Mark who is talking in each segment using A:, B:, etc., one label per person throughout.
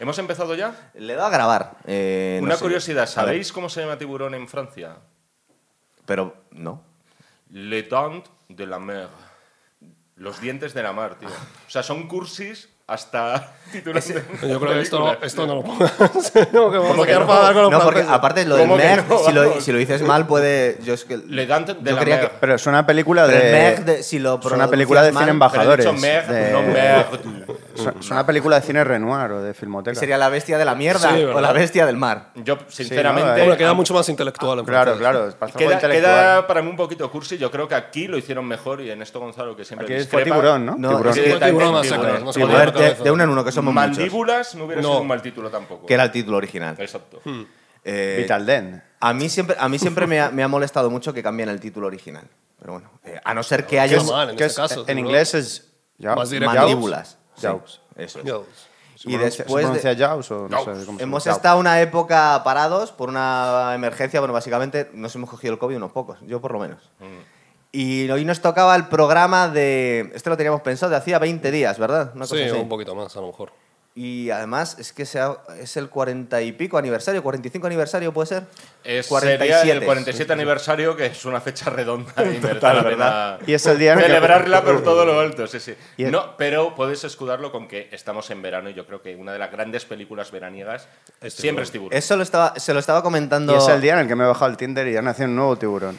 A: ¿Hemos empezado ya?
B: Le da a grabar. eh, no
A: Una
B: sé.
A: curiosidad,
B: A ver,
A: ¿sabéis cómo se llama tiburón en Francia?
B: Pero no.
A: Le dent de la mer. Los dientes de la mar, tío. O sea, son cursis hasta titular de una
C: Yo creo que esto no,
A: película.
C: esto no lo pongas. no, que vamos
A: ¿Cómo
C: a
A: que
C: quedar
A: no?
C: fatal con los
B: No, porque
C: franceses.
B: aparte lo del
A: ¿Cómo que
B: Meg,
A: no?
B: si, lo,
A: Vamos.
B: si lo dices mal, puede. Yo es que.
A: Le dent de
B: yo
A: la
B: creía
A: mer.
B: que-
D: Pero es una película
B: Pero
D: de.
B: el Meg, de- si lo
D: es una película
B: pronuncias
D: de cien
B: mal,
A: Pero he dicho mer,
D: embajadores. de-
A: no mer, tú.
D: Es una- es una película de cine Renoir o de
B: que
D: Filmoteca.
B: sería la bestia de la mierda
C: Sí,
B: o
C: ¿verdad?
B: la bestia del mar.
A: Yo, sinceramente,
D: eh.
C: Hombre, queda mucho más intelectual. en
D: Claro,
C: francés.
D: claro. es para hacer algo
A: queda,
D: intelectual.
A: queda para mí un poquito cursi. Yo creo que aquí lo hicieron mejor y en esto Gonzalo, que siempre
D: Aquí fue
A: discrepa,
D: tiburón, ¿no?
B: No,
D: Tiburón.
B: es que-
C: Tiburón,
A: también,
C: tiburón más
A: tiburón.
C: sacas, no sé
A: Joder,
B: Joder,
C: cómo llama la
B: de,
C: cabeza.
B: eh, de uno en uno, que somos muchos.
A: Mandíbulas no hubiera
C: No.
A: sido un mal título tampoco.
B: Que era el título original.
A: Exacto.
B: Eh,
D: Vital Den.
B: A mí siempre, a mí siempre me, ha, me ha molestado mucho que cambien el título original. Pero bueno, eh, a no ser que haya
C: es mal, en
D: Que
C: este
D: es-
C: caso.
D: en
C: tiburón.
D: inglés es. Jaws.
C: Más directo.
B: mandíbulas. Sí,
D: Jaws.
B: eso es.
C: Yo,
D: ¿Se
B: Y
D: pronuncia- se
B: después de-
D: pronuncia Jaws o no sé
A: Jaws.
D: cómo se
B: Hemos
D: pronuncia?
B: estado una época parados por una emergencia. Bueno, básicamente nos hemos cogido el COVID unos pocos, yo por lo menos.
D: Mm.
B: Y hoy nos tocaba el programa de. Este lo teníamos pensado de hacía 20 días, ¿verdad? Una
C: Sí,
B: cosa así.
C: un poquito más, a lo mejor.
B: Y además es que se ha- es el 40 y pico aniversario, 45 aniversario puede ser.
A: Es,
B: 47.
A: Sería el 47 aniversario, que es una fecha redonda y merece
B: Total,
A: la
B: ¿verdad?
A: pena
D: Y es el día en el que-
A: celebrarla por todo lo alto, sí, sí.
D: Y el-
A: No, pero puedes escudarlo con que estamos en verano y yo creo que una de las grandes películas veraniegas
C: Es
A: siempre
C: Tiburón.
A: es Tiburón.
B: Eso lo estaba, se lo estaba
D: Y
B: comentando.
D: es el día en el que me he bajado el Tinder y ya nació un nuevo tiburón.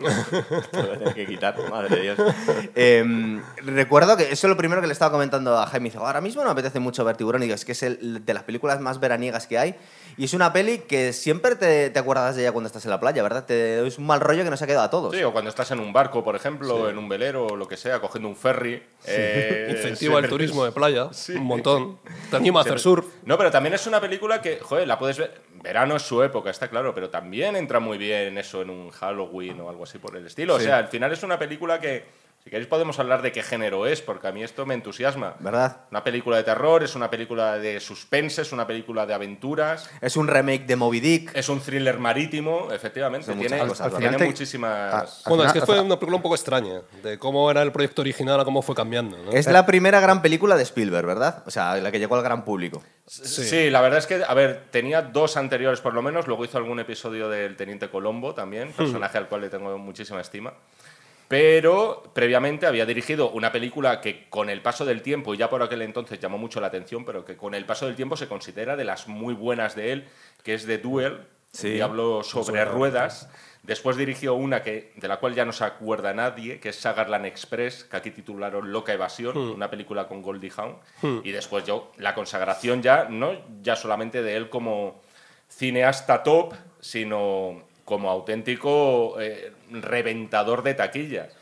B: Te voy a tener que quitar, madre de Dios. Em, recuerdo que eso es lo primero que le estaba comentando a Jaime. Dice, ahora mismo no me apetece mucho ver Tiburón. Y digo, es que es el, de las películas más veraniegas que hay. Y es una peli que siempre te, te acuerdas de ella cuando estás en la playa, ¿verdad? Te, es un mal rollo que nos ha quedado a todos.
A: Sí, o cuando estás en un barco, por ejemplo, en un velero o lo que sea, cogiendo un ferry. eh,
C: Incentiva
A: siempre-
C: el turismo de playa, un montón. Te anima a hacer surf.
A: No, pero también es una película que, joder, la puedes ver. Verano es su época, está claro, pero también entra muy bien eso en un Halloween o algo así por el estilo. O sea, al final es una película que, si queréis, podemos hablar de qué género es, porque a mí esto me entusiasma.
B: ¿Verdad?
A: Una película de terror, es una película de suspense, es una película de aventuras.
B: Es un remake de Moby Dick.
A: Es un thriller marítimo, efectivamente.
B: Son muchas
A: tiene
B: cosas,
A: tiene
D: ¿verdad?
A: muchísimas.
D: Ah,
C: Bueno, es
D: final-
C: que fue una película un poco extraña, de cómo era el proyecto original a cómo fue cambiando. ¿no?
B: Es la primera gran película de Spielberg, ¿verdad? O sea, la que llegó al gran público.
A: Sí. la verdad es que, a ver, tenía dos anteriores por lo menos, luego hizo algún episodio del Teniente Colombo
D: Hmm.
A: también, personaje al cual le tengo muchísima estima. Pero previamente había dirigido una película que con el paso del tiempo, y ya por aquel entonces llamó mucho la atención, pero que con el paso del tiempo se considera de las muy buenas de él, que es The Duel,
B: Sí.
A: Diablo sobre ruedas. Después dirigió una que, de la cual ya no se acuerda nadie, que es Sagarland Express, que aquí titularon Loca Evasión, una película con Goldie Hawn. Y después yo, la consagración ya, no ya solamente de él como cineasta top, sino como auténtico eh, reventador de taquillas.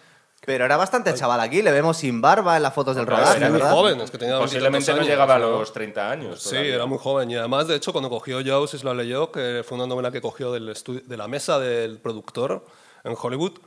B: Pero era bastante chaval aquí, le vemos sin barba en las fotos del
A: Claro,
B: rodaje,
A: era
C: muy
B: ¿verdad?
C: joven, es que tenía
A: Posiblemente no
C: 20
A: llegaba a
C: años, ¿no?
A: los 30
B: pues,
A: años.
C: Sí,
A: todavía.
C: era muy joven. Y además, de hecho, cuando cogió Jaws y se la leyó, que fue una novela que cogió del estu- de la mesa del productor en Hollywood,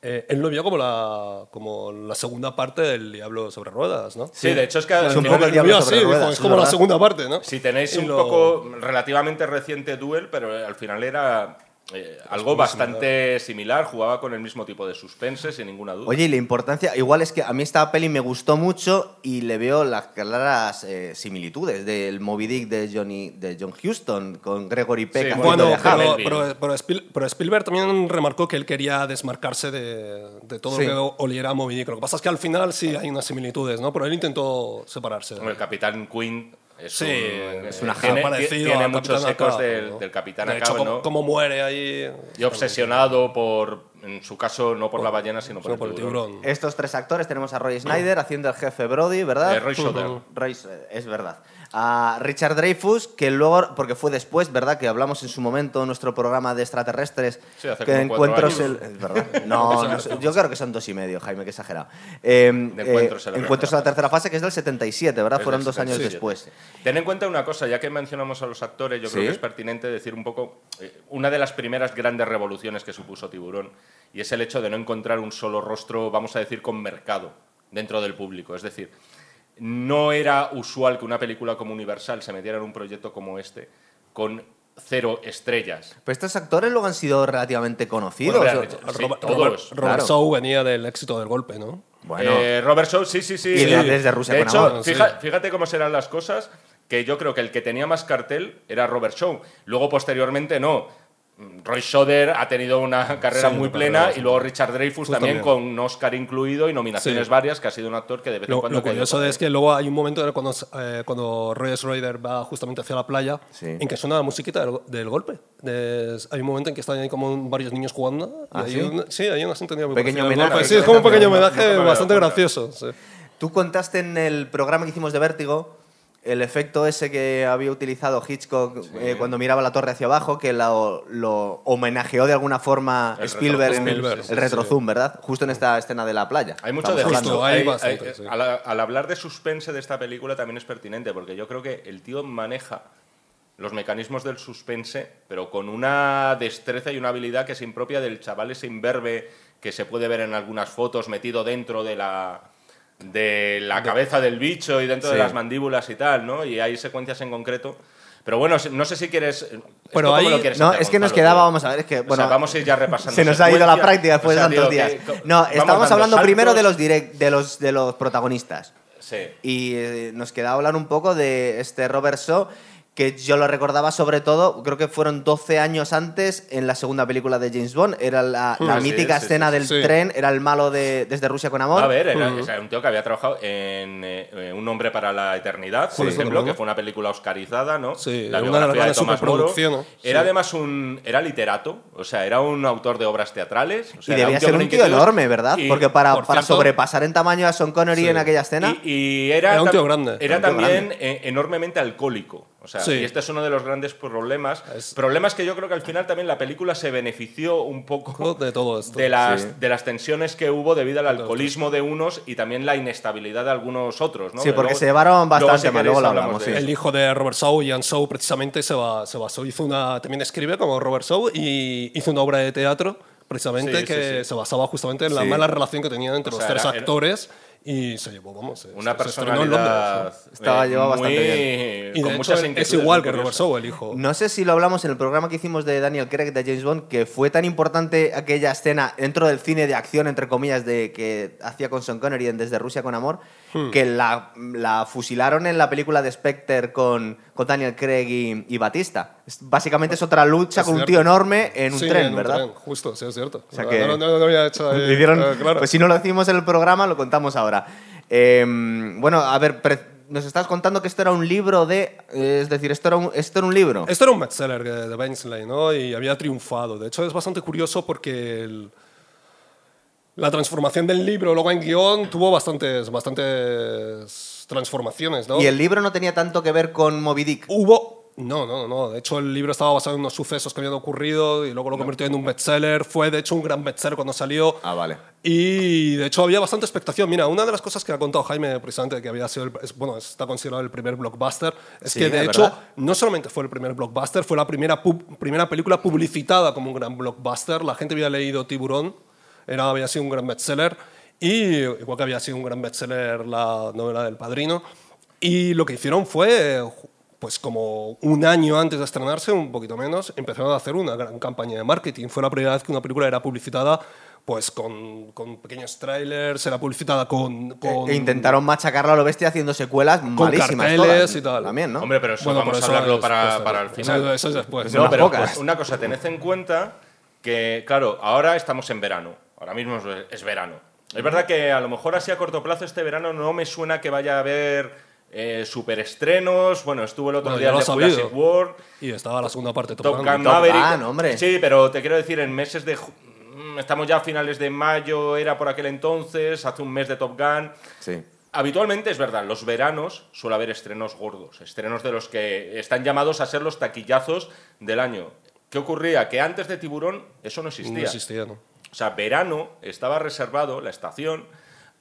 C: eh, él lo vio como la, como la segunda parte del Diablo sobre Ruedas, ¿no?
A: Sí, de hecho es que
B: Es un
A: al
C: Él
A: final-
B: poco el
C: lo
B: Diablo
C: vio
B: sobre
C: así, dijo,
B: ruedas,
C: es
B: ¿no?
C: como la
B: ¿verdad?
C: segunda parte, ¿no?
A: Si tenéis
C: Y
A: un
C: lo-
A: poco relativamente reciente Duel, pero al final era eh, algo bastante similar. jugaba con el mismo tipo de suspense, sin ninguna duda.
B: Oye, y la importancia, igual es que a mí esta peli me gustó mucho y le veo las claras eh, similitudes del Moby Dick de, Johnny, de John Huston con Gregory Peck.
A: Sí, Bueno,
B: haciendo
C: Bueno,
B: de
A: pero-
C: pero,
B: Hamlet.
A: Hamelville.
C: pero- pero Spiel- pero Spielberg también remarcó que él quería desmarcarse de, de todo
B: Sí.
C: lo que oliera a Moby Dick. Lo que pasa es que al final sí hay unas similitudes, ¿no? Pero él intentó separarse.
A: Como El Capitán Quinn es,
C: Sí,
A: un- eh,
C: es una
A: tiene,
C: parecido
A: tiene
C: al
A: muchos
C: Capitán
A: ecos
C: Acá,
A: del,
C: ¿no?
A: del Capitán
C: de hecho,
A: Acab,
C: cómo,
A: ¿no?
C: cómo muere ahí.
A: Y obsesionado por, en su caso, no Eh, por la ballena, sino por,
C: No, por el tiburón.
B: Estos tres actores tenemos a Roy Snyder haciendo el jefe Brody, ¿verdad?
A: Eh, Roy Scheider. Ujú.
B: Roy- eh, es verdad. A Richard Dreyfus, que luego, porque fue después, ¿verdad? Que hablamos en su momento en nuestro programa de extraterrestres.
A: Sí, hace
B: que
A: como cuatro
B: encuentros
A: años.
B: el- es verdad. No, no sé, yo creo que son dos y medio, Jaime, que exagerado. Eh,
A: De encuentros
B: eh,
A: en la
B: encuentros
A: tercera
B: en la tercera fase, que es del 77, ¿verdad?
A: Es
B: Fueron
A: del
B: dos años
A: 77.
B: después.
A: Ten en cuenta una cosa, ya que mencionamos a los actores, yo
B: Sí.
A: creo que es pertinente decir un poco eh, una de las primeras grandes revoluciones que supuso Tiburón, y es el hecho de no encontrar un solo rostro, vamos a decir, con mercado dentro del público. Es decir, no era usual que una película como Universal se metiera en un proyecto como este con cero estrellas.
B: Pero estos actores luego han sido relativamente conocidos.
A: Bueno, eh,
B: o-
A: real-
C: Robert,
A: sí,
C: Robert-
A: todos.
C: Robert
B: Claro.
C: Shaw venía del éxito del golpe, ¿no?
B: Bueno.
A: Eh, Robert Shaw, sí, sí, sí.
B: Y
A: sí.
B: de- desde Rusia
A: De
B: con
A: hecho,
B: amor,
C: sí.
A: fija- fíjate cómo serán las cosas. que yo creo que el que tenía más cartel era Robert Shaw. Luego, posteriormente, no. Roy Schoder ha tenido una carrera
C: Sí,
A: muy
C: una
A: plena
C: carrera, sí.
A: y luego Richard Dreyfus
C: Justo
A: también,
C: bien.
A: con un Oscar incluido y nominaciones
C: Sí.
A: varias, que ha sido un actor que de vez en
C: Lo,
A: cuando...
C: lo
A: ha caído
C: curioso
A: por
C: es que luego hay un momento en el cuando, eh, cuando Roy Schroeder va justamente hacia la playa,
B: Sí.
C: en que suena la musiquita del, go- del golpe. Es- hay un momento en que están ahí como varios niños jugando. y
B: ¿Ah,
C: hay
B: sí?
C: un- sí, hay una sintonía muy
B: Pequeño
C: parecida al
B: homenaje.
C: golpe. Sí, es como un pequeño homenaje
A: No, no, no,
C: bastante
A: no.
C: gracioso. sí.
B: Tú contaste en el programa que hicimos de Vértigo el efecto ese que había utilizado Hitchcock eh, cuando miraba la torre hacia abajo, que lo, lo homenajeó de alguna forma
A: El
B: Spielberg en
A: retrozoom,
B: el,
A: Spielberg,
B: el
C: sí, sí.
B: retrozoom, ¿verdad? Justo en esta escena de la playa.
A: Hay mucho
B: Estamos
A: de
B: hablando.
A: justo.
C: hay
A: Hay-
C: bastante,
A: hay-
C: sí.
A: al, al hablar de suspense de esta película también es pertinente, porque yo creo que el tío maneja los mecanismos del suspense, pero con una destreza y una habilidad que es impropia del chaval ese imberbe que se puede ver en algunas fotos metido dentro de la de la cabeza del bicho y dentro de
B: Sí.
A: las mandíbulas y tal, ¿no? Y hay secuencias en concreto. Pero bueno, no sé si quieres... ¿esto
C: Pero
A: cómo
C: ahí-
A: lo quieres
B: No,
A: hacer,
B: es que nos
A: Gonzalo, tío?
B: quedaba, vamos a ver, es que,
A: O sea,
B: bueno,
A: vamos a ir ya repasando.
B: se nos ha ido la
A: secuencias.
B: práctica después
A: O sea,
B: de tantos
A: tío,
B: días.
A: que-
B: No,
A: vamos
B: estábamos
A: dando
B: hablando primero
A: saltos.
B: de los, direct- de los, de los protagonistas.
A: Sí.
B: Y eh, nos queda hablar un poco de este Robert Shaw, que yo lo recordaba sobre todo, creo que fueron 12 años antes, en la segunda película de James Bond. Era la, la
A: Ah, sí,
B: mítica
A: sí,
B: escena
A: sí,
B: del
C: sí.
B: tren, era el malo de Desde Rusia con Amor.
A: A ver, era o sea, un tío que había trabajado en eh, eh, Un hombre para la eternidad, por
C: Sí.
A: ejemplo, que fue una película oscarizada, ¿no?
C: Sí,
A: la
C: una
A: biografía
C: gran
A: de Tomás Moro.
C: superproducción, ¿no?
A: Era
C: Sí.
A: además un era literato, o sea, era un autor de obras teatrales. o sea,
B: y
A: era
B: debía ser
A: con
B: un tío
A: inquietudes
B: enorme, ¿verdad?
A: y-
B: Porque para,
C: por
B: para
C: cierto-
B: sobrepasar en tamaño a Sean Connery
C: Sí.
B: en aquella escena...
A: Y, y era,
C: Era un
A: tam-
C: tío grande.
A: Era
B: Era un tío
A: también eh, enormemente alcohólico. O sea,
C: Sí.
A: y este es uno de los grandes problemas.
C: Es-
A: Problemas que yo creo que al final también la película se benefició un poco
C: De todo esto.
A: de las,
B: Sí.
A: de las tensiones que hubo debido al alcoholismo de unos y también la inestabilidad de algunos otros. ¿no?
B: Sí,
A: Pero
B: porque
A: luego-
B: se llevaron bastante
A: si
B: mal,
A: queréis
B: luego lo
A: hablamos
B: hablamos,
A: de
B: sí.
A: ello.
C: El hijo de Robert Shaw, Ian Shaw, precisamente se, va, se basó, hizo una, también escribe como Robert Shaw y hizo una obra de teatro precisamente
A: Sí,
C: que
A: sí, sí.
C: se basaba justamente en la
B: Sí.
C: mala relación que tenían entre
A: O
C: los
A: sea,
C: tres
A: era- era-
C: actores y se llevó, vamos, se-
A: Una
C: se estrenó en
A: personalidad
C: Londres,
A: eh,
B: Estaba llevado
A: muy-
B: bastante
C: ¿no? Y
A: con
C: de hecho,
A: muchas
C: es
A: inquietudes
C: igual
A: muy
C: que Robert
A: curiosas.
C: Shaw, el hijo.
B: No sé si lo hablamos en el programa que hicimos de Daniel Craig de James Bond, que fue tan importante aquella escena dentro del cine de acción, entre comillas, de que hacía con Sean Connery en Desde Rusia con Amor,
C: Hmm.
B: que la, la fusilaron en la película de Spectre con, con Daniel Craig y, y Batista. Es- básicamente es otra lucha
C: Es
B: con un
C: cierto.
B: tío enorme en un
C: Sí,
B: tren, ¿verdad?
C: justo, sí, es cierto.
B: sea
C: No,
B: que-
C: no, no, no había hecho ahí,
B: Le dieron-
C: eh, claro.
B: Pues si no lo decimos en el programa, lo contamos ahora. Eh, bueno, a ver, pre- nos estás contando que esto era un libro de... Es decir, esto era un, esto era un libro.
C: Esto era un bestseller de, de Bensley, ¿no? Y había triunfado. De hecho, es bastante curioso porque el- la transformación del libro luego en guión tuvo bastantes, bastantes transformaciones, ¿no?
B: Y el libro no tenía tanto que ver con Moby Dick.
C: Hubo... No, no, no. De hecho, el libro estaba basado en unos sucesos que habían ocurrido y luego lo convirtió en un bestseller. Fue, de hecho, un gran bestseller cuando salió.
B: Ah, vale.
C: Y de hecho había bastante expectación. Mira, una de las cosas que ha contado Jaime precisamente, que había sido el- es- bueno, está considerado el primer blockbuster, es
B: Sí,
C: que de
B: es
C: hecho
B: verdad.
C: no solamente fue el primer blockbuster, fue la primera, pub- primera película publicitada como un gran blockbuster. La gente había leído Tiburón, era, había sido un gran bestseller, y igual que había sido un gran bestseller la novela del Padrino. Y lo que hicieron fue, eh, ju- pues como un año antes de estrenarse, un poquito menos, empezaron a hacer una gran campaña de marketing. Fue la primera vez que una película era publicitada pues con, con pequeños trailers, era publicitada con... con
B: E intentaron machacarlo a lo bestia haciendo secuelas malísimas.
C: carteles
B: todas,
C: y tal.
B: También, ¿no?
A: Hombre, pero eso
C: Bueno,
A: vamos
C: pero
A: a hablarlo
C: es
A: para,
C: posterior.
A: para el
C: Eso-
A: final.
C: Eso, es después.
A: No,
B: unas
A: pero
B: pocas.
A: pues, una cosa, tened en cuenta que, claro, ahora estamos en verano. Ahora mismo es- es verano. Es verdad que a lo mejor así a corto plazo este verano no me suena que vaya a haber eh, superestrenos. Bueno, estuvo el otro
C: Bueno,
A: día
C: ya
A: el
C: lo
A: de
C: ha sabido.
A: Jurassic World.
C: Y estaba la segunda parte.
A: Top
C: Gun.
A: Gun
B: Top
A: Maverick.
B: Gun, hombre.
A: Sí, pero te quiero decir, en meses de. ju- mm, Estamos ya a finales de mayo, era por aquel entonces, hace un mes de Top Gun.
B: Sí.
A: Habitualmente es verdad, los veranos suele haber estrenos gordos, estrenos de los que están llamados a ser los taquillazos del año. ¿Qué ocurría? Que antes de Tiburón eso no existía.
C: No existía, ¿no?
A: O sea, verano estaba reservado, la estación,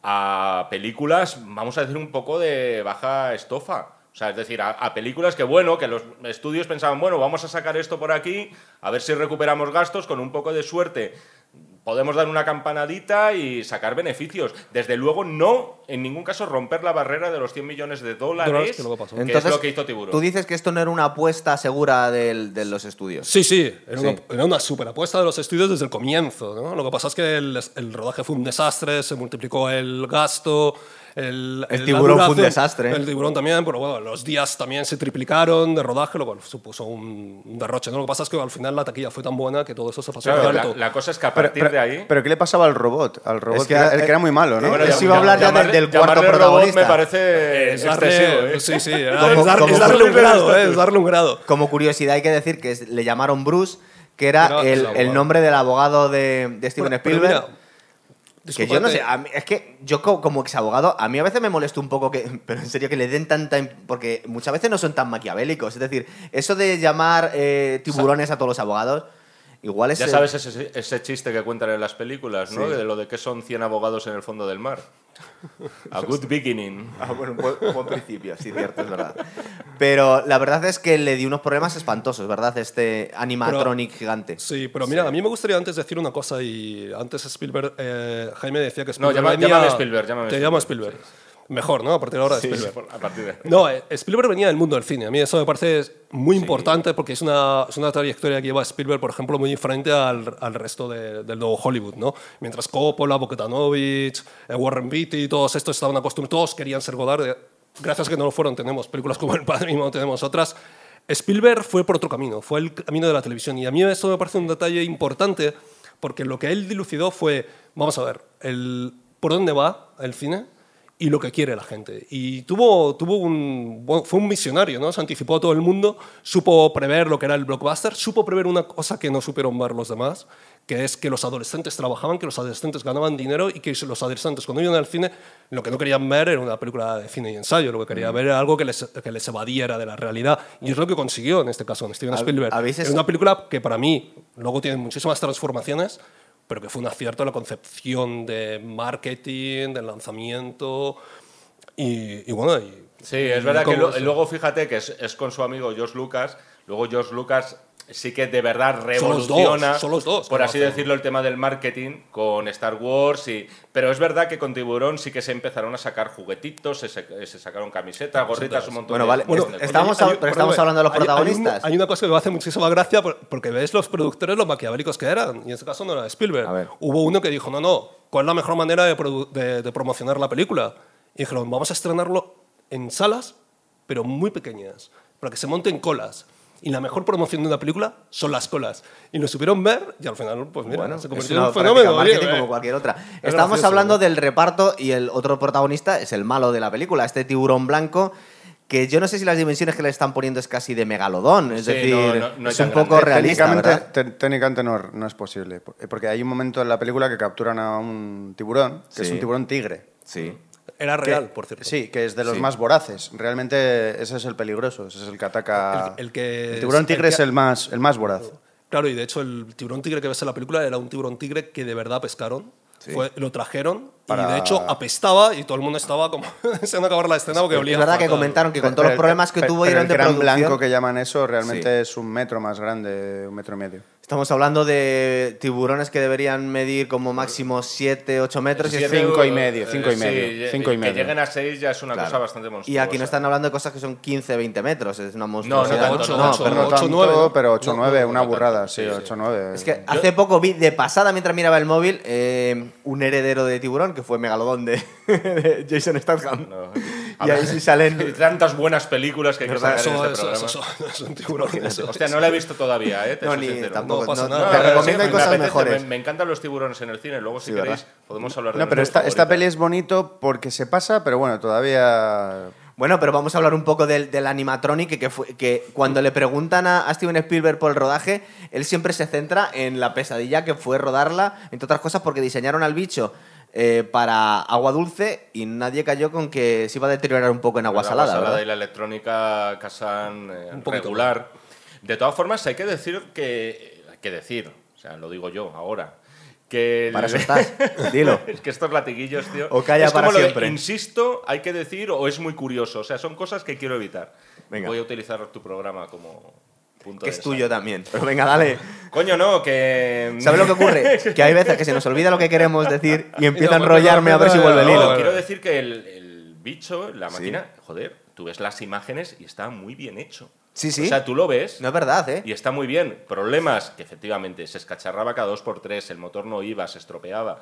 A: a películas, vamos a decir, un poco de baja estofa. O sea, es decir, a, a películas que, bueno, que los estudios pensaban, bueno, vamos a sacar esto por aquí, a ver si recuperamos gastos, con un poco de suerte podemos dar una campanadita y sacar beneficios. Desde luego, no, en ningún caso, romper la barrera de los 100 millones de dólares,
C: Dólares, que luego pasó.
A: que es lo que hizo Tiburón.
B: tú dices que esto no era una apuesta segura del- de los estudios.
C: Sí, sí, era,
B: Sí.
C: Una, era una superapuesta de los estudios desde el comienzo. ¿no? Lo que pasa es que el, el rodaje fue un desastre, se multiplicó el gasto, El,
B: El
C: la
B: tiburón fue un
C: duración-
B: desastre.
C: El tiburón también, pero bueno, los días también se triplicaron de rodaje, lo cual supuso un, un derroche. ¿no? Lo que pasa es que al final la taquilla fue tan buena que todo eso se pasó.
A: Claro,
C: por
A: la,
C: alto.
A: la cosa es que a
D: Pero-
A: partir
D: pero-
A: de ahí.
D: ¿Pero qué le pasaba al robot? Al robot
B: Es que
D: que, era,
B: a-
D: el que era muy malo, ¿no?
B: Bueno,
D: Es-
B: ya- iba a hablar ya
A: llamarle-
B: del- del cuarto
A: llamarle robot
B: protagonista.
A: me parece
C: es darle,
A: excesivo. ¿eh?
C: sí, sí, era-
B: Como-
C: es, dar-
B: como-
C: es darle un
A: como-
C: grado, eh, es darle un grado.
B: Como curiosidad hay que decir que es- le llamaron Bruce, que era
C: Era el
B: el,
C: abogado.
B: el nombre del abogado de, de Steven
C: Pero- pero
B: Spielberg.
C: mira,
B: que yo no
C: discúlpate.
B: sé, a mí- es que yo co- como exabogado, a mí a veces me molesto un poco que, pero en serio, que le den tanta, im- porque muchas veces no son tan maquiavélicos, es decir, eso de llamar eh, tiburones a todos los abogados, igual es...
A: Ya
B: eh,
A: sabes ese, ese chiste que cuentan en las películas, ¿no? De lo de que son 100 abogados en el fondo del mar. A good beginning.
B: Ah, bueno, un buen, buen principio, sí, cierto, es verdad. Pero la verdad es que le dio unos problemas espantosos, ¿verdad? Este animatronic gigante.
C: Sí, pero mira, a mí me gustaría antes decir una cosa y antes Spielberg, eh, Jaime decía que Spielberg...
A: llama-
C: venía-
A: llámame Spielberg, llámame
C: Te
A: Spielberg,
C: llamo Spielberg. Mejor, ¿no? A partir de ahora
A: Sí,
C: Spielberg.
A: a partir de
C: No, eh, Spielberg venía del mundo del cine. A mí eso me parece muy importante porque es una, es una trayectoria que lleva Spielberg, por ejemplo, muy diferente al, al resto de- del nuevo Hollywood, ¿no? Mientras Coppola, Bogdanovich, eh, Warren Beatty, todos estos estaban acostumbrados, todos querían ser Godard. eh, Gracias que no lo fueron, tenemos películas como El Padre y no tenemos otras. Spielberg fue por otro camino, fue el camino de la televisión. Y a mí eso me parece un detalle importante porque lo que él dilucidó fue, vamos a ver, el, ¿por dónde va el cine? y lo que quiere la gente. Y tuvo, tuvo un, bueno, fue un visionario, ¿no? Se anticipó a todo el mundo, supo prever lo que era el blockbuster, supo prever una cosa que no supieron ver los demás, que es que los adolescentes trabajaban, que los adolescentes ganaban dinero y que los adolescentes cuando iban al cine lo que no querían ver era una película de cine y ensayo, lo que
B: Mm.
C: querían ver era algo que les, que les evadiera de la realidad. Y es lo que consiguió en este caso con Steven
B: Hab-
C: Spielberg.
B: habéis
C: Es
B: es-
C: una película que para mí luego tiene muchísimas transformaciones, pero que fue un acierto en la concepción de marketing, del lanzamiento y, y bueno, y-
A: Sí,
C: y
A: es verdad que
C: cómo
A: lo-
C: eso.
A: luego fíjate que es, es con su amigo Josh Lucas. Luego Josh Lucas sí que de verdad
C: Son los dos,
A: revoluciona,
C: son los dos que
A: por
C: lo
A: así
C: hacen.
A: decirlo, el tema del marketing con Star Wars. Y, pero es verdad que con Tiburón sí que se empezaron a sacar juguetitos, se, sa- se sacaron camisetas, gorritas, un montón
B: Bueno,
A: de
B: vale,
A: de-
B: es-
A: de-
B: es- Estamos hab- pero estamos
C: perdóname,
B: hablando de los
C: Este, hay- hay un-
B: protagonistas.
C: Hay, una cosa que me hace muchísima gracia por- porque ves los productores, los maquiavélicos que eran. Y en este caso no era Spielberg.
B: A ver.
C: Hubo uno que dijo, no, no, ¿cuál es la mejor manera de, produ- de- de promocionar la película? Y dijeron, vamos a estrenarlo en salas, pero muy pequeñas, para que se monten colas. Y la mejor promoción de una película son las colas. Y lo supieron ver y al final, pues mira,
B: Bueno,
C: se
B: es
C: convirtió en
B: una
C: un
B: práctica
C: fenómeno. oye,
B: marketing
C: eh.
B: como cualquier otra.
C: Es
B: Estábamos
C: gracioso,
B: hablando
C: ¿no?
B: del reparto y el otro protagonista es el malo de la película, este tiburón blanco, que yo no sé si las dimensiones que le están poniendo es casi de megalodón, es
A: Sí,
B: decir,
A: no, no- no es
B: es
A: tan
B: un poco
A: grande.
B: realista,
D: técnicamente
B: ¿verdad?
D: te- técnicamente no, no es posible. por- eh, Porque hay un momento en la película que capturan a un tiburón, que es
B: Sí.
D: un tiburón tigre.
B: Sí.
C: Era
D: que-
C: real, por cierto.
D: Sí, que es de los
B: Sí.
D: más voraces. Realmente ese es el peligroso, ese es el que ataca.
C: El- el que-
D: tiburón
C: el
D: tigre
C: que-
D: es el más, el más voraz.
C: Claro, y de hecho el tiburón tigre que ves en la película era un tiburón tigre que de verdad pescaron. Fue- lo trajeron y
D: Para-
C: de hecho apestaba y todo el mundo estaba como deseando acabar la escena porque olía
B: Es verdad que
C: fatal.
B: comentaron que con
D: Pe-
B: todos
D: pero
B: los
D: el-
B: problemas que
D: pe-
B: tuvo
D: pero
B: eran
D: el
B: de
D: gran
B: producción.
D: blanco que llaman eso realmente
B: Sí.
D: es un metro más grande, un metro y medio.
B: Estamos hablando de tiburones que deberían medir como máximo 7, 8 metros. y
A: Siete,
D: cinco y
A: eh,
D: medio, cinco y
A: sí,
D: medio,
A: eh,
D: cinco y medio.
A: Que lleguen a seis ya es una
B: Claro.
A: cosa bastante monstruosa.
B: Y aquí no están hablando de cosas que son 15, 20 metros, es una monstruosidad.
A: tanto, no tanto.
B: pero
D: No
C: Ocho,
D: tanto,
C: nueve, ¿no?
D: pero 8
C: No,
D: 9,
A: no,
D: una
A: no
D: burrada,
A: tanto.
D: sí,
A: Sí, sí.
D: 8 9.
B: Es que hace poco vi de pasada mientras miraba el móvil eh, un heredero de tiburón que fue Megalodón de, de Jason Statham.
A: No.
B: Y ahí sí salen.
A: Tantas buenas películas que hay que
C: Eso,
A: sacar en este
C: eso,
A: programa.
C: eso, eso, es un tiburón. eso.
A: Hostia, no la he visto todavía, ¿eh? Te
B: No,
A: soy
B: ni
A: sincero.
B: tampoco.
C: No pasa
B: no,
C: nada.
B: Te
C: Eh,
B: recomiendo
C: sí,
B: hay
A: me
B: cosas
A: apetece,
B: mejores.
A: Me, me encantan los tiburones en el cine. Luego, si
B: Sí,
A: queréis,
B: ¿verdad?
A: podemos hablar de
D: No, pero
A: nuestras
D: esta, esta peli
A: favoritas.
D: es bonito porque se pasa, pero bueno, todavía.
B: Bueno, pero vamos a hablar un poco del, del animatronic, que, que fue- que cuando le preguntan a, a Steven Spielberg por el rodaje, él siempre se centra en la pesadilla que fue rodarla, entre otras cosas porque diseñaron al bicho eh, para agua dulce y nadie cayó con que se iba a deteriorar un poco en agua
A: La
B: salada,
A: salada
B: ¿verdad?
A: y la electrónica casan eh,
C: Un poquito
A: regular. De todas formas, hay que decir que. Hay que decir, o sea, lo digo yo ahora. Que el-
B: Para eso estás, dilo.
A: es que estos latiguillos, tío.
B: O calla
A: es como
B: para
A: lo de,
B: siempre.
A: insisto, hay que decir o es muy curioso. O sea, son cosas que quiero evitar.
B: Venga.
A: Voy a utilizar tu programa como punto
B: Que
A: de
B: es tuyo
A: desarme.
B: también. Pero venga, dale.
A: Coño, no, que.
B: ¿Sabes lo que ocurre? Que hay veces que se nos olvida lo que queremos decir y empiezo a
C: Y no,
B: enrollarme a ver si vuelve el
A: No,
B: hilo.
A: quiero decir que el, el bicho, la máquina, joder, tú ves las imágenes y está muy bien hecho.
B: Sí, sí.
A: O sea, tú lo ves
B: No es verdad, ¿eh?
A: y está muy bien. Problemas que efectivamente se escacharraba cada dos por tres, el motor no iba, se estropeaba.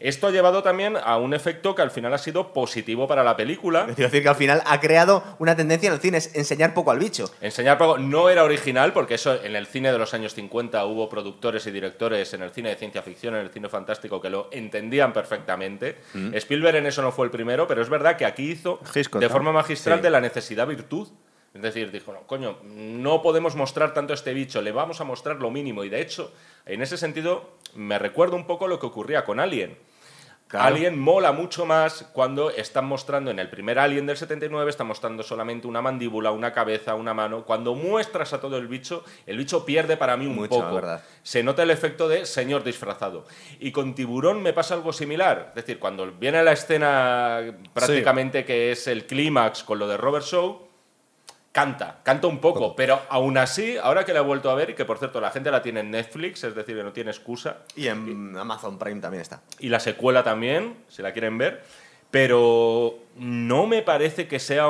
A: Esto ha llevado también a un efecto que al final ha sido positivo para la película.
B: Es decir, que al final ha creado una tendencia en el cine, es enseñar poco al bicho.
A: Enseñar poco no era original, porque eso en el cine de los años 50 hubo productores y directores en el cine de ciencia ficción, en el cine fantástico, que lo entendían perfectamente. Spielberg en eso no fue el primero, pero es verdad que aquí hizo
D: Mm. Hitchcock,
A: de
D: ¿no?
A: forma magistral
D: Sí.
A: de la necesidad virtud. Es decir, dijo, no, coño, no podemos mostrar tanto a este bicho, le vamos a mostrar lo mínimo. Y de hecho, en ese sentido, me recuerdo un poco lo que ocurría con Alien. Alien mola mucho más cuando están mostrando en el primer Alien del 79, están mostrando solamente una mandíbula, una cabeza, una mano. Cuando muestras a todo el bicho, el bicho pierde para mí un
B: Mucho, la
A: poco.
B: verdad.
A: Se nota el efecto de señor disfrazado. Y con Tiburón me pasa algo similar. Es decir, cuando viene la escena prácticamente que es el clímax con lo de Robert Shaw, canta, canta un poco, pero aún así, ahora que la he vuelto a ver, y que por cierto la gente la tiene en Netflix, es decir, que no tiene excusa,
B: Y en Amazon Prime también está.
A: y la secuela también, si la quieren ver. Pero no me parece que sea.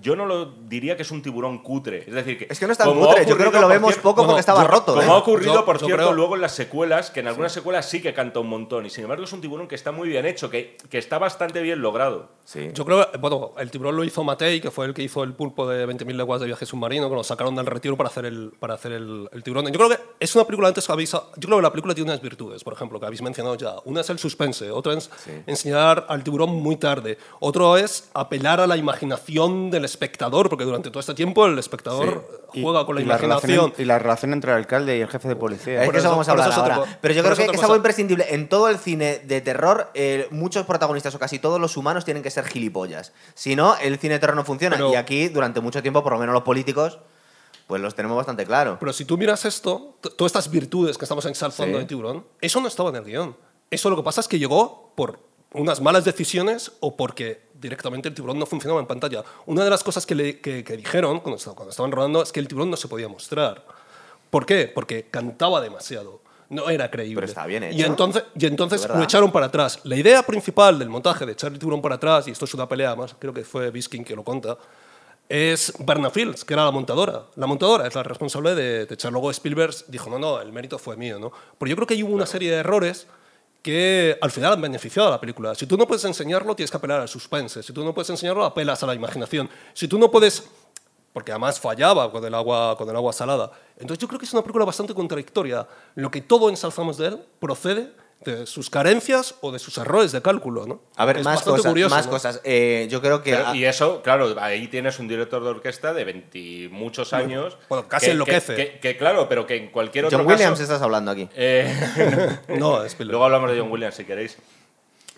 A: Yo no lo diría que es un tiburón cutre. Es decir, que.
B: Es que no es tan
A: como ha
B: cutre, yo creo que
A: ocurrido,
B: lo
A: por
B: vemos
A: cierto-
B: poco
C: no,
B: porque
C: no,
B: estaba
C: yo-
B: roto.
A: Como
B: ¿eh?
A: ha ocurrido,
C: Yo-
A: por
C: yo
A: cierto,
C: creo-
A: luego en las secuelas, que en algunas secuelas sí que canta un montón, y sin embargo es un tiburón que está muy bien hecho, que, que está bastante bien logrado.
B: Sí.
C: Yo creo, bueno, el tiburón lo hizo Matei, que fue el que hizo el pulpo de 20.000 leguas de viaje submarino, que lo sacaron del retiro para hacer el, para hacer el, el tiburón. Yo creo que es una película antes que habéis, yo creo que la película tiene unas virtudes, por ejemplo, que habéis mencionado ya. Una es el suspense, otra es enseñar al tiburón muy tarde, otro es apelar a la imaginación del espectador, porque durante todo este tiempo el espectador
D: Y-
C: juega con la
D: y
C: imaginación.
D: relación en- y la relación entre el alcalde y el jefe de policía.
B: Es
C: Por
B: que eso,
C: eso-
B: vamos a
C: por
B: hablar
C: eso es
B: ahora.
C: otra co-
B: Pero yo creo
C: por eso
B: que,
C: es otra
B: es algo
C: cosa.
B: imprescindible. En todo el cine de terror, eh, muchos protagonistas o casi todos los humanos tienen que ser gilipollas. Si no, el cine de terror no funciona.
C: Pero-
B: y aquí, durante mucho tiempo, por lo menos los políticos, pues los tenemos bastante claro.
C: Pero si tú miras esto, t- todas estas virtudes que estamos exaltando
B: Sí.
C: de Tiburón, eso no estaba en el guión. Eso lo que pasa es que llegó por unas malas decisiones o porque directamente el tiburón no funcionaba en pantalla. Una de las cosas que, le- que- que dijeron cuando, esta- cuando estaban rodando es que el tiburón no se podía mostrar. ¿Por qué? Porque cantaba demasiado. No era creíble.
B: Pero está bien
C: Y
B: hecho.
C: entonces, y entonces
B: De
C: lo
B: verdad.
C: echaron para atrás. La idea principal del montaje de echar el tiburón para atrás, y esto es una pelea más, creo que fue Biskin que lo conta, es Barna Fields, que era la montadora. La montadora es la responsable de, de echar. Luego Spielberg dijo, no, no, el mérito fue mío, ¿no? Pero yo creo que ahí hubo una serie de errores que al final han beneficiado a la película. Si tú no puedes enseñarlo, tienes que apelar al suspense. Si tú no puedes enseñarlo, apelas a la imaginación. Si tú no puedes... Porque además fallaba con el, agua, con el agua salada. Entonces yo creo que es una película bastante contradictoria. Lo que todo ensalzamos de él procede de sus carencias o de sus errores de cálculo, ¿no?
B: A ver,
C: Es
B: más
C: bastante
B: cosas.
C: curioso,
B: más
C: ¿no?
B: cosas. Eh, yo creo que.
A: Pero-
B: ah,
A: y eso, claro, ahí tienes un director de orquesta de 20 muchos años.
C: bueno, casi enloquece.
A: Que, que, claro, pero que en cualquier otro
B: John Williams
A: caso.
B: estás hablando aquí.
A: eh,
C: No, Spielberg.
A: Luego hablamos de John Williams si queréis.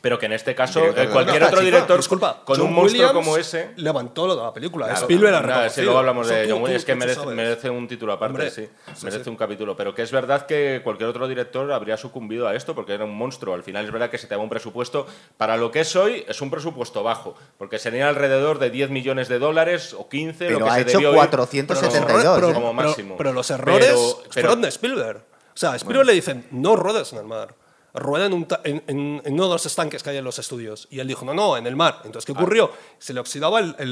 A: Pero que en este caso,
B: Director
A: eh,
B: de
A: cualquier
C: Ah,
A: otro
C: chico,
A: director
C: disculpa,
A: con
C: John
A: un monstruo
C: Williams
A: como ese.
C: Levantó la película. Spielberg la
A: Nada,
C: reconoció.
A: sí, luego hablamos
C: Eso
A: de
C: tú-
A: John Williams,
C: tú-
A: que
C: tú
A: merece,
C: sabes.
A: merece un título aparte,
C: Hombre,
A: sí.
C: sí,
A: Merece
C: sí.
A: un capítulo. Pero que es verdad que cualquier otro director habría sucumbido a esto porque era un monstruo. Al final es verdad que se te da un presupuesto. Para lo que es hoy, es un presupuesto bajo. Porque sería alrededor de 10 millones de dólares o 15. lo
B: Pero
A: que
B: ha
A: se
B: hecho
A: debió ir.
B: 472,
A: Como-
B: ¿eh?
A: Pero,
B: Pero-
A: como máximo.
C: pero los errores
A: Pero- pero-
C: fueron de Spielberg. O sea, a Spielberg le dicen, no ruedes en el mar. Rueda en, un ta- en- en- en uno de los estanques que hay en los estudios. Y él dijo, no, no, en el mar. Entonces, ¿qué
A: Ah.
C: ocurrió? Se le oxidaba el, el,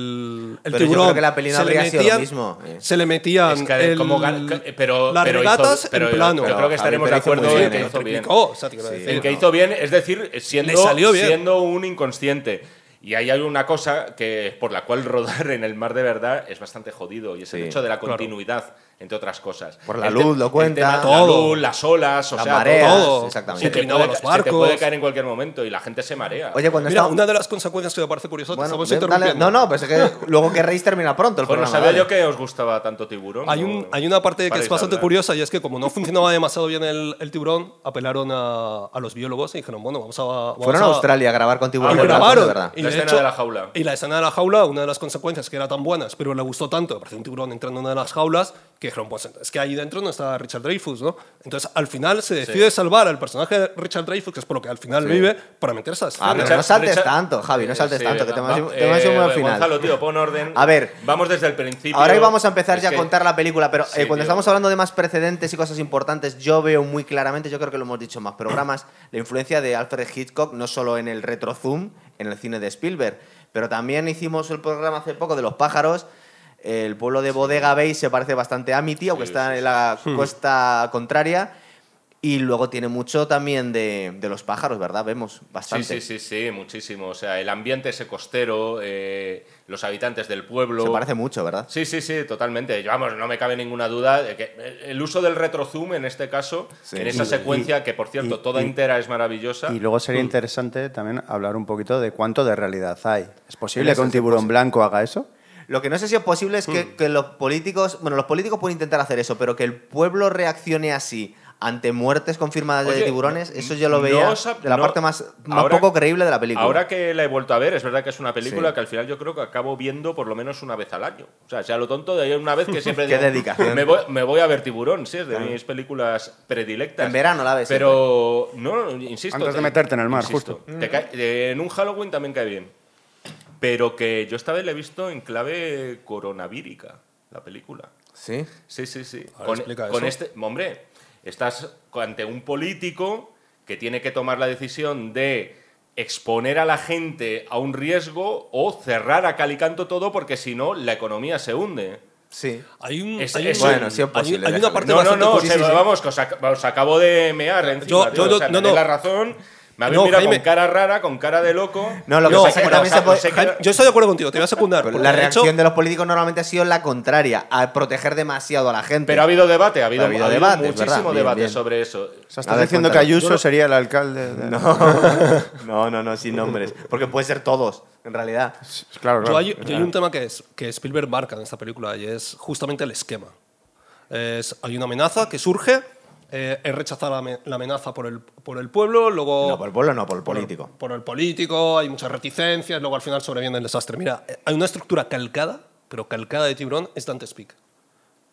C: el
B: Pero yo
C: tiburón.
B: creo que la peli no
C: se le
B: habría sido lo
C: metían-
B: mismo, eh.
C: Se le metían
A: Es que
C: el-
A: como gan- que- pero-
C: las
A: pero hizo-
C: regatas
A: pero-
C: en plano.
A: pero creo que estaremos de
B: Javier Pérez hizo
A: acuerdo
B: muy
A: en
B: bien,
A: que
B: ¿eh?
A: hizo bien.
C: triplicó, o sea, te quiero
B: Sí.
C: decir,
A: El
C: ¿no?
A: que hizo bien, es decir, siendo,
C: Le salió bien.
A: siendo un inconstante. Y ahí hay una cosa que por la cual rodar en el mar de verdad es bastante jodido y es el
B: Sí,
A: hecho de la
C: claro.
A: continuidad, entre otras cosas.
B: Por la
A: El te-
B: luz, lo
A: el
B: cuenta.
A: tema-
C: Todo.
A: La luz, las olas, o
B: Las
A: sea,
B: mareas,
A: todo.
B: exactamente.
A: Se te,
C: Inclinaba
A: puede,
C: los
A: se te puede
C: barcos.
A: caer en cualquier momento y la gente se marea.
B: Oye, cuando
C: Mira,
B: está.
C: una de las consecuencias que me parece curiosa, te
B: Bueno,
C: estamos
B: ven, dale-
C: interrumpiendo.
B: no, no, pero es que luego querréis terminar pronto el
A: Joder, no
B: programa,
A: sabía
B: dale.
A: yo que os gustaba tanto tiburón.
C: Hay,
A: ¿no?
C: un- hay una parte que
A: Paréis
C: es
A: de
C: bastante
A: hablar.
C: curiosa y es que como no funcionaba demasiado bien el, el tiburón, apelaron a, a los biólogos y dijeron, bueno, vamos a... vamos
B: Fueron a
C: a-
B: Australia a grabar con tiburones.
C: Y
A: bueno,
B: de
C: grabaron.
B: verdad.
C: Y
A: La
C: de
A: escena
C: hecho-
A: de la jaula.
C: Y la escena de la jaula, una de las consecuencias que era tan buenas, pero le gustó tanto, parecía un tiburón entrando en una de las jaulas, que dijeron, pues es que ahí dentro no está Richard Dreyfus, ¿no? Entonces al final se decide salvar al personaje de Richard Dreyfus, que es por lo que al final vive, para meterse a esa
B: Ah,
C: escena.
B: pero no saltes tanto, Javi, no saltes tanto, que te
A: venga,
B: hemos-
A: va.
B: te hemos ido muy al
A: Eh,
B: final.
A: Gonzalo, tío, pon orden.
B: A ver.
A: Vamos desde el principio.
B: Ahora íbamos a empezar
A: Es
B: ya
A: que-
B: a contar la película, pero
A: Sí,
B: eh, cuando
A: tío.
B: estamos hablando de más precedentes y cosas importantes, yo veo muy claramente, yo creo que lo hemos dicho en más programas, la influencia de Alfred Hitchcock no solo en el retrozoom, en el cine de Spielberg, pero también hicimos el programa hace poco de los pájaros. El
A: Hmm.
B: pueblo de Bodega Bay se parece bastante a Amity, aunque está en la costa contraria. Y luego tiene mucho también de, de los pájaros, ¿verdad? Vemos bastante.
A: Sí, sí, sí, sí, muchísimo. O sea, el ambiente ese costero, eh, los habitantes del pueblo.
B: Se parece mucho, ¿verdad?
A: Sí, sí, sí, totalmente. Yo, Vamos, no me cabe ninguna duda. de que eh, el uso del retrozoom en este caso,
D: Sí.
A: en esa
D: Y-
A: secuencia, que por cierto,
D: y-
A: toda
D: y-
A: entera es maravillosa.
D: Y luego sería interesante también hablar un poquito de cuánto de realidad hay. ¿Es posible
B: Eso
D: que un
B: es
D: tiburón blanco haga eso?
B: Lo que no sé si es posible es que, que los políticos, bueno, los políticos pueden intentar hacer eso, pero que el pueblo reaccione así ante muertes confirmadas de
A: Oye,
B: tiburones, eso yo lo
A: no
B: veía
A: os ha-
B: de la
A: no-
B: parte más, más
A: ahora-
B: poco creíble de la película.
A: Ahora que la he vuelto a ver, es verdad que es una película
B: Sí.
A: que al final yo creo que acabo viendo por lo menos una vez al año. O sea, sea lo tonto de una vez que siempre
B: Qué
A: digo,
B: dedicación.
A: Me voy, me voy a ver Tiburón, sí, es de mis películas predilectas.
B: En verano la ves
A: Pero, no, insisto.
D: Antes de meterte en el mar,
A: justo. en un Halloween también cae bien. Pero que yo esta vez la he visto en clave coronavírica, la película.
B: Sí.
A: Sí, sí, sí.
C: Ahora
A: con
C: explica
A: con
C: eso.
A: este, hombre, estás ante un político que tiene que tomar la decisión de exponer a la gente a un riesgo o cerrar a calicanto todo porque si no la economía se hunde.
B: Sí.
C: Hay un,
A: Es-
C: hay
A: es-
C: un-
B: Bueno, sí es
C: hay-
B: posible,
C: Hay,
B: déjale.
C: una parte
A: No, no,
C: bastante
A: no, o
C: curiosa.
A: sea, vamos, que os, ac- os acabo de mear encima.
C: Yo-
A: tío,
C: yo- yo-
A: o sea,
C: no,
A: me dais
C: no.
A: la razón, me habéis
C: No,
A: mirado
C: Jaime.
A: con cara rara, con cara de loco.
B: No, lo que
A: Yo
B: pasa
A: sé
B: es que también
A: o sea, pues
B: se puede-
A: sé que-
C: Jaime, yo estoy de acuerdo contigo, te voy a secundar.
B: Pero
C: porque
B: la
C: pues, de hecho-
B: reacción de los políticos normalmente ha sido la contraria, a proteger demasiado a la gente.
A: Pero ha habido debate, ha habido,
B: Ha habido
A: ha habido
B: debate, es verdad,
A: muchísimo
B: bien,
A: debate
B: bien.
A: sobre eso.
D: O
B: A
D: sea, estás
B: ver,
D: diciendo que
B: cuéntalo.
D: Ayuso sería el alcalde. de-
B: no, no, no, sin nombres. Porque puede ser todos, en realidad.
D: Claro,
C: Yo
D: claro.
C: hay, yo hay un tema que, es, que Spielberg marca en esta película y es justamente el esquema. Es- hay una amenaza que surge, eh, es rechazada la, ame- la amenaza por el, por el pueblo, luego...
B: No, por el pueblo no, por el político.
C: Por, el político, hay muchas reticencias, luego al final sobreviene el desastre. Mira, eh, hay una estructura calcada, pero calcada de tiburón, es Dante's Peak.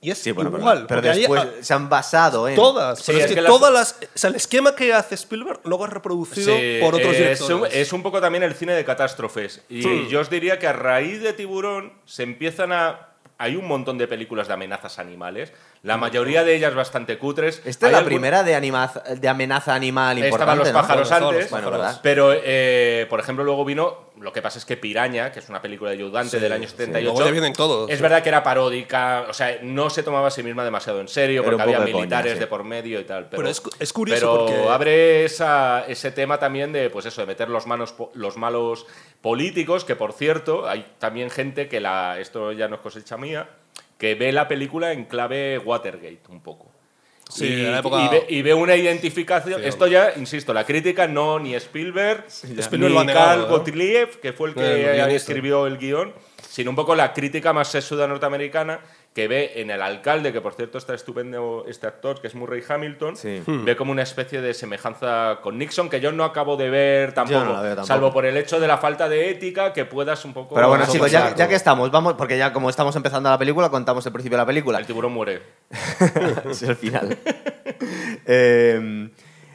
C: Y es igual.
B: pero
C: porque ahí
B: después
C: a-
B: se han basado en...
C: todas.
A: Sí,
C: pero es,
A: es
C: que,
A: que las-
C: todas las... O sea, el esquema que hace Spielberg luego es reproducido
A: Sí,
C: por otros
A: eh, es un-
C: directores.
A: Es un, poco también el cine de catástrofes. Y yo os diría que a raíz de Tiburón se empiezan a... Hay un montón de películas de amenazas animales. La mayoría de ellas bastante cutres.
B: Esta
A: Hay
B: es la
A: algún-
B: primera de, animaz- de amenaza animal
A: Estaban
B: importante,
A: los
B: ¿no?
A: pájaros
C: Bueno,
A: antes,
B: estaban los pájaros.
A: pero eh, por ejemplo luego vino, lo que pasa es que Piraña, que es una película de Joe Dante del año 78,
C: Luego ya vienen todos.
A: es verdad que era paródica, o sea, no se tomaba a sí misma demasiado en serio,
B: Era un
A: porque había
B: poco de coña,
A: militares
B: sí.
A: de por medio y tal. Pero,
C: Pero es cu- es curioso
A: pero
C: porque-
A: abre esa- ese tema también de, pues eso, de meter los, manos, po- los malos políticos, que por cierto, hay también gente que la, esto ya no es cosecha mía, que ve la película en clave Watergate un poco.
C: Sí,
A: y,
C: de la época-
A: y ve, y ve una identificación.
C: Sí,
A: Esto ya, insisto, la crítica no ni Spielberg,
C: ya. Spielberg lo ha
A: ni Carl
C: negado, ¿no?
A: Gottlieb, que fue el que
C: El guionista.
A: escribió el guión, sino un poco la crítica más sesuda norteamericana que ve en el alcalde, que por cierto está estupendo este actor, que es Murray Hamilton,
B: Sí.
A: ve como una especie de semejanza con Nixon, que yo no acabo de ver tampoco,
B: la veo tampoco.
A: salvo por el hecho de la falta de ética que puedas un poco...
B: Pero bueno,
A: sobrepasar.
B: chicos, ya, ya que estamos, vamos, porque ya como estamos empezando la película, contamos el principio de la película.
A: El tiburón muere.
B: es el final. Eh,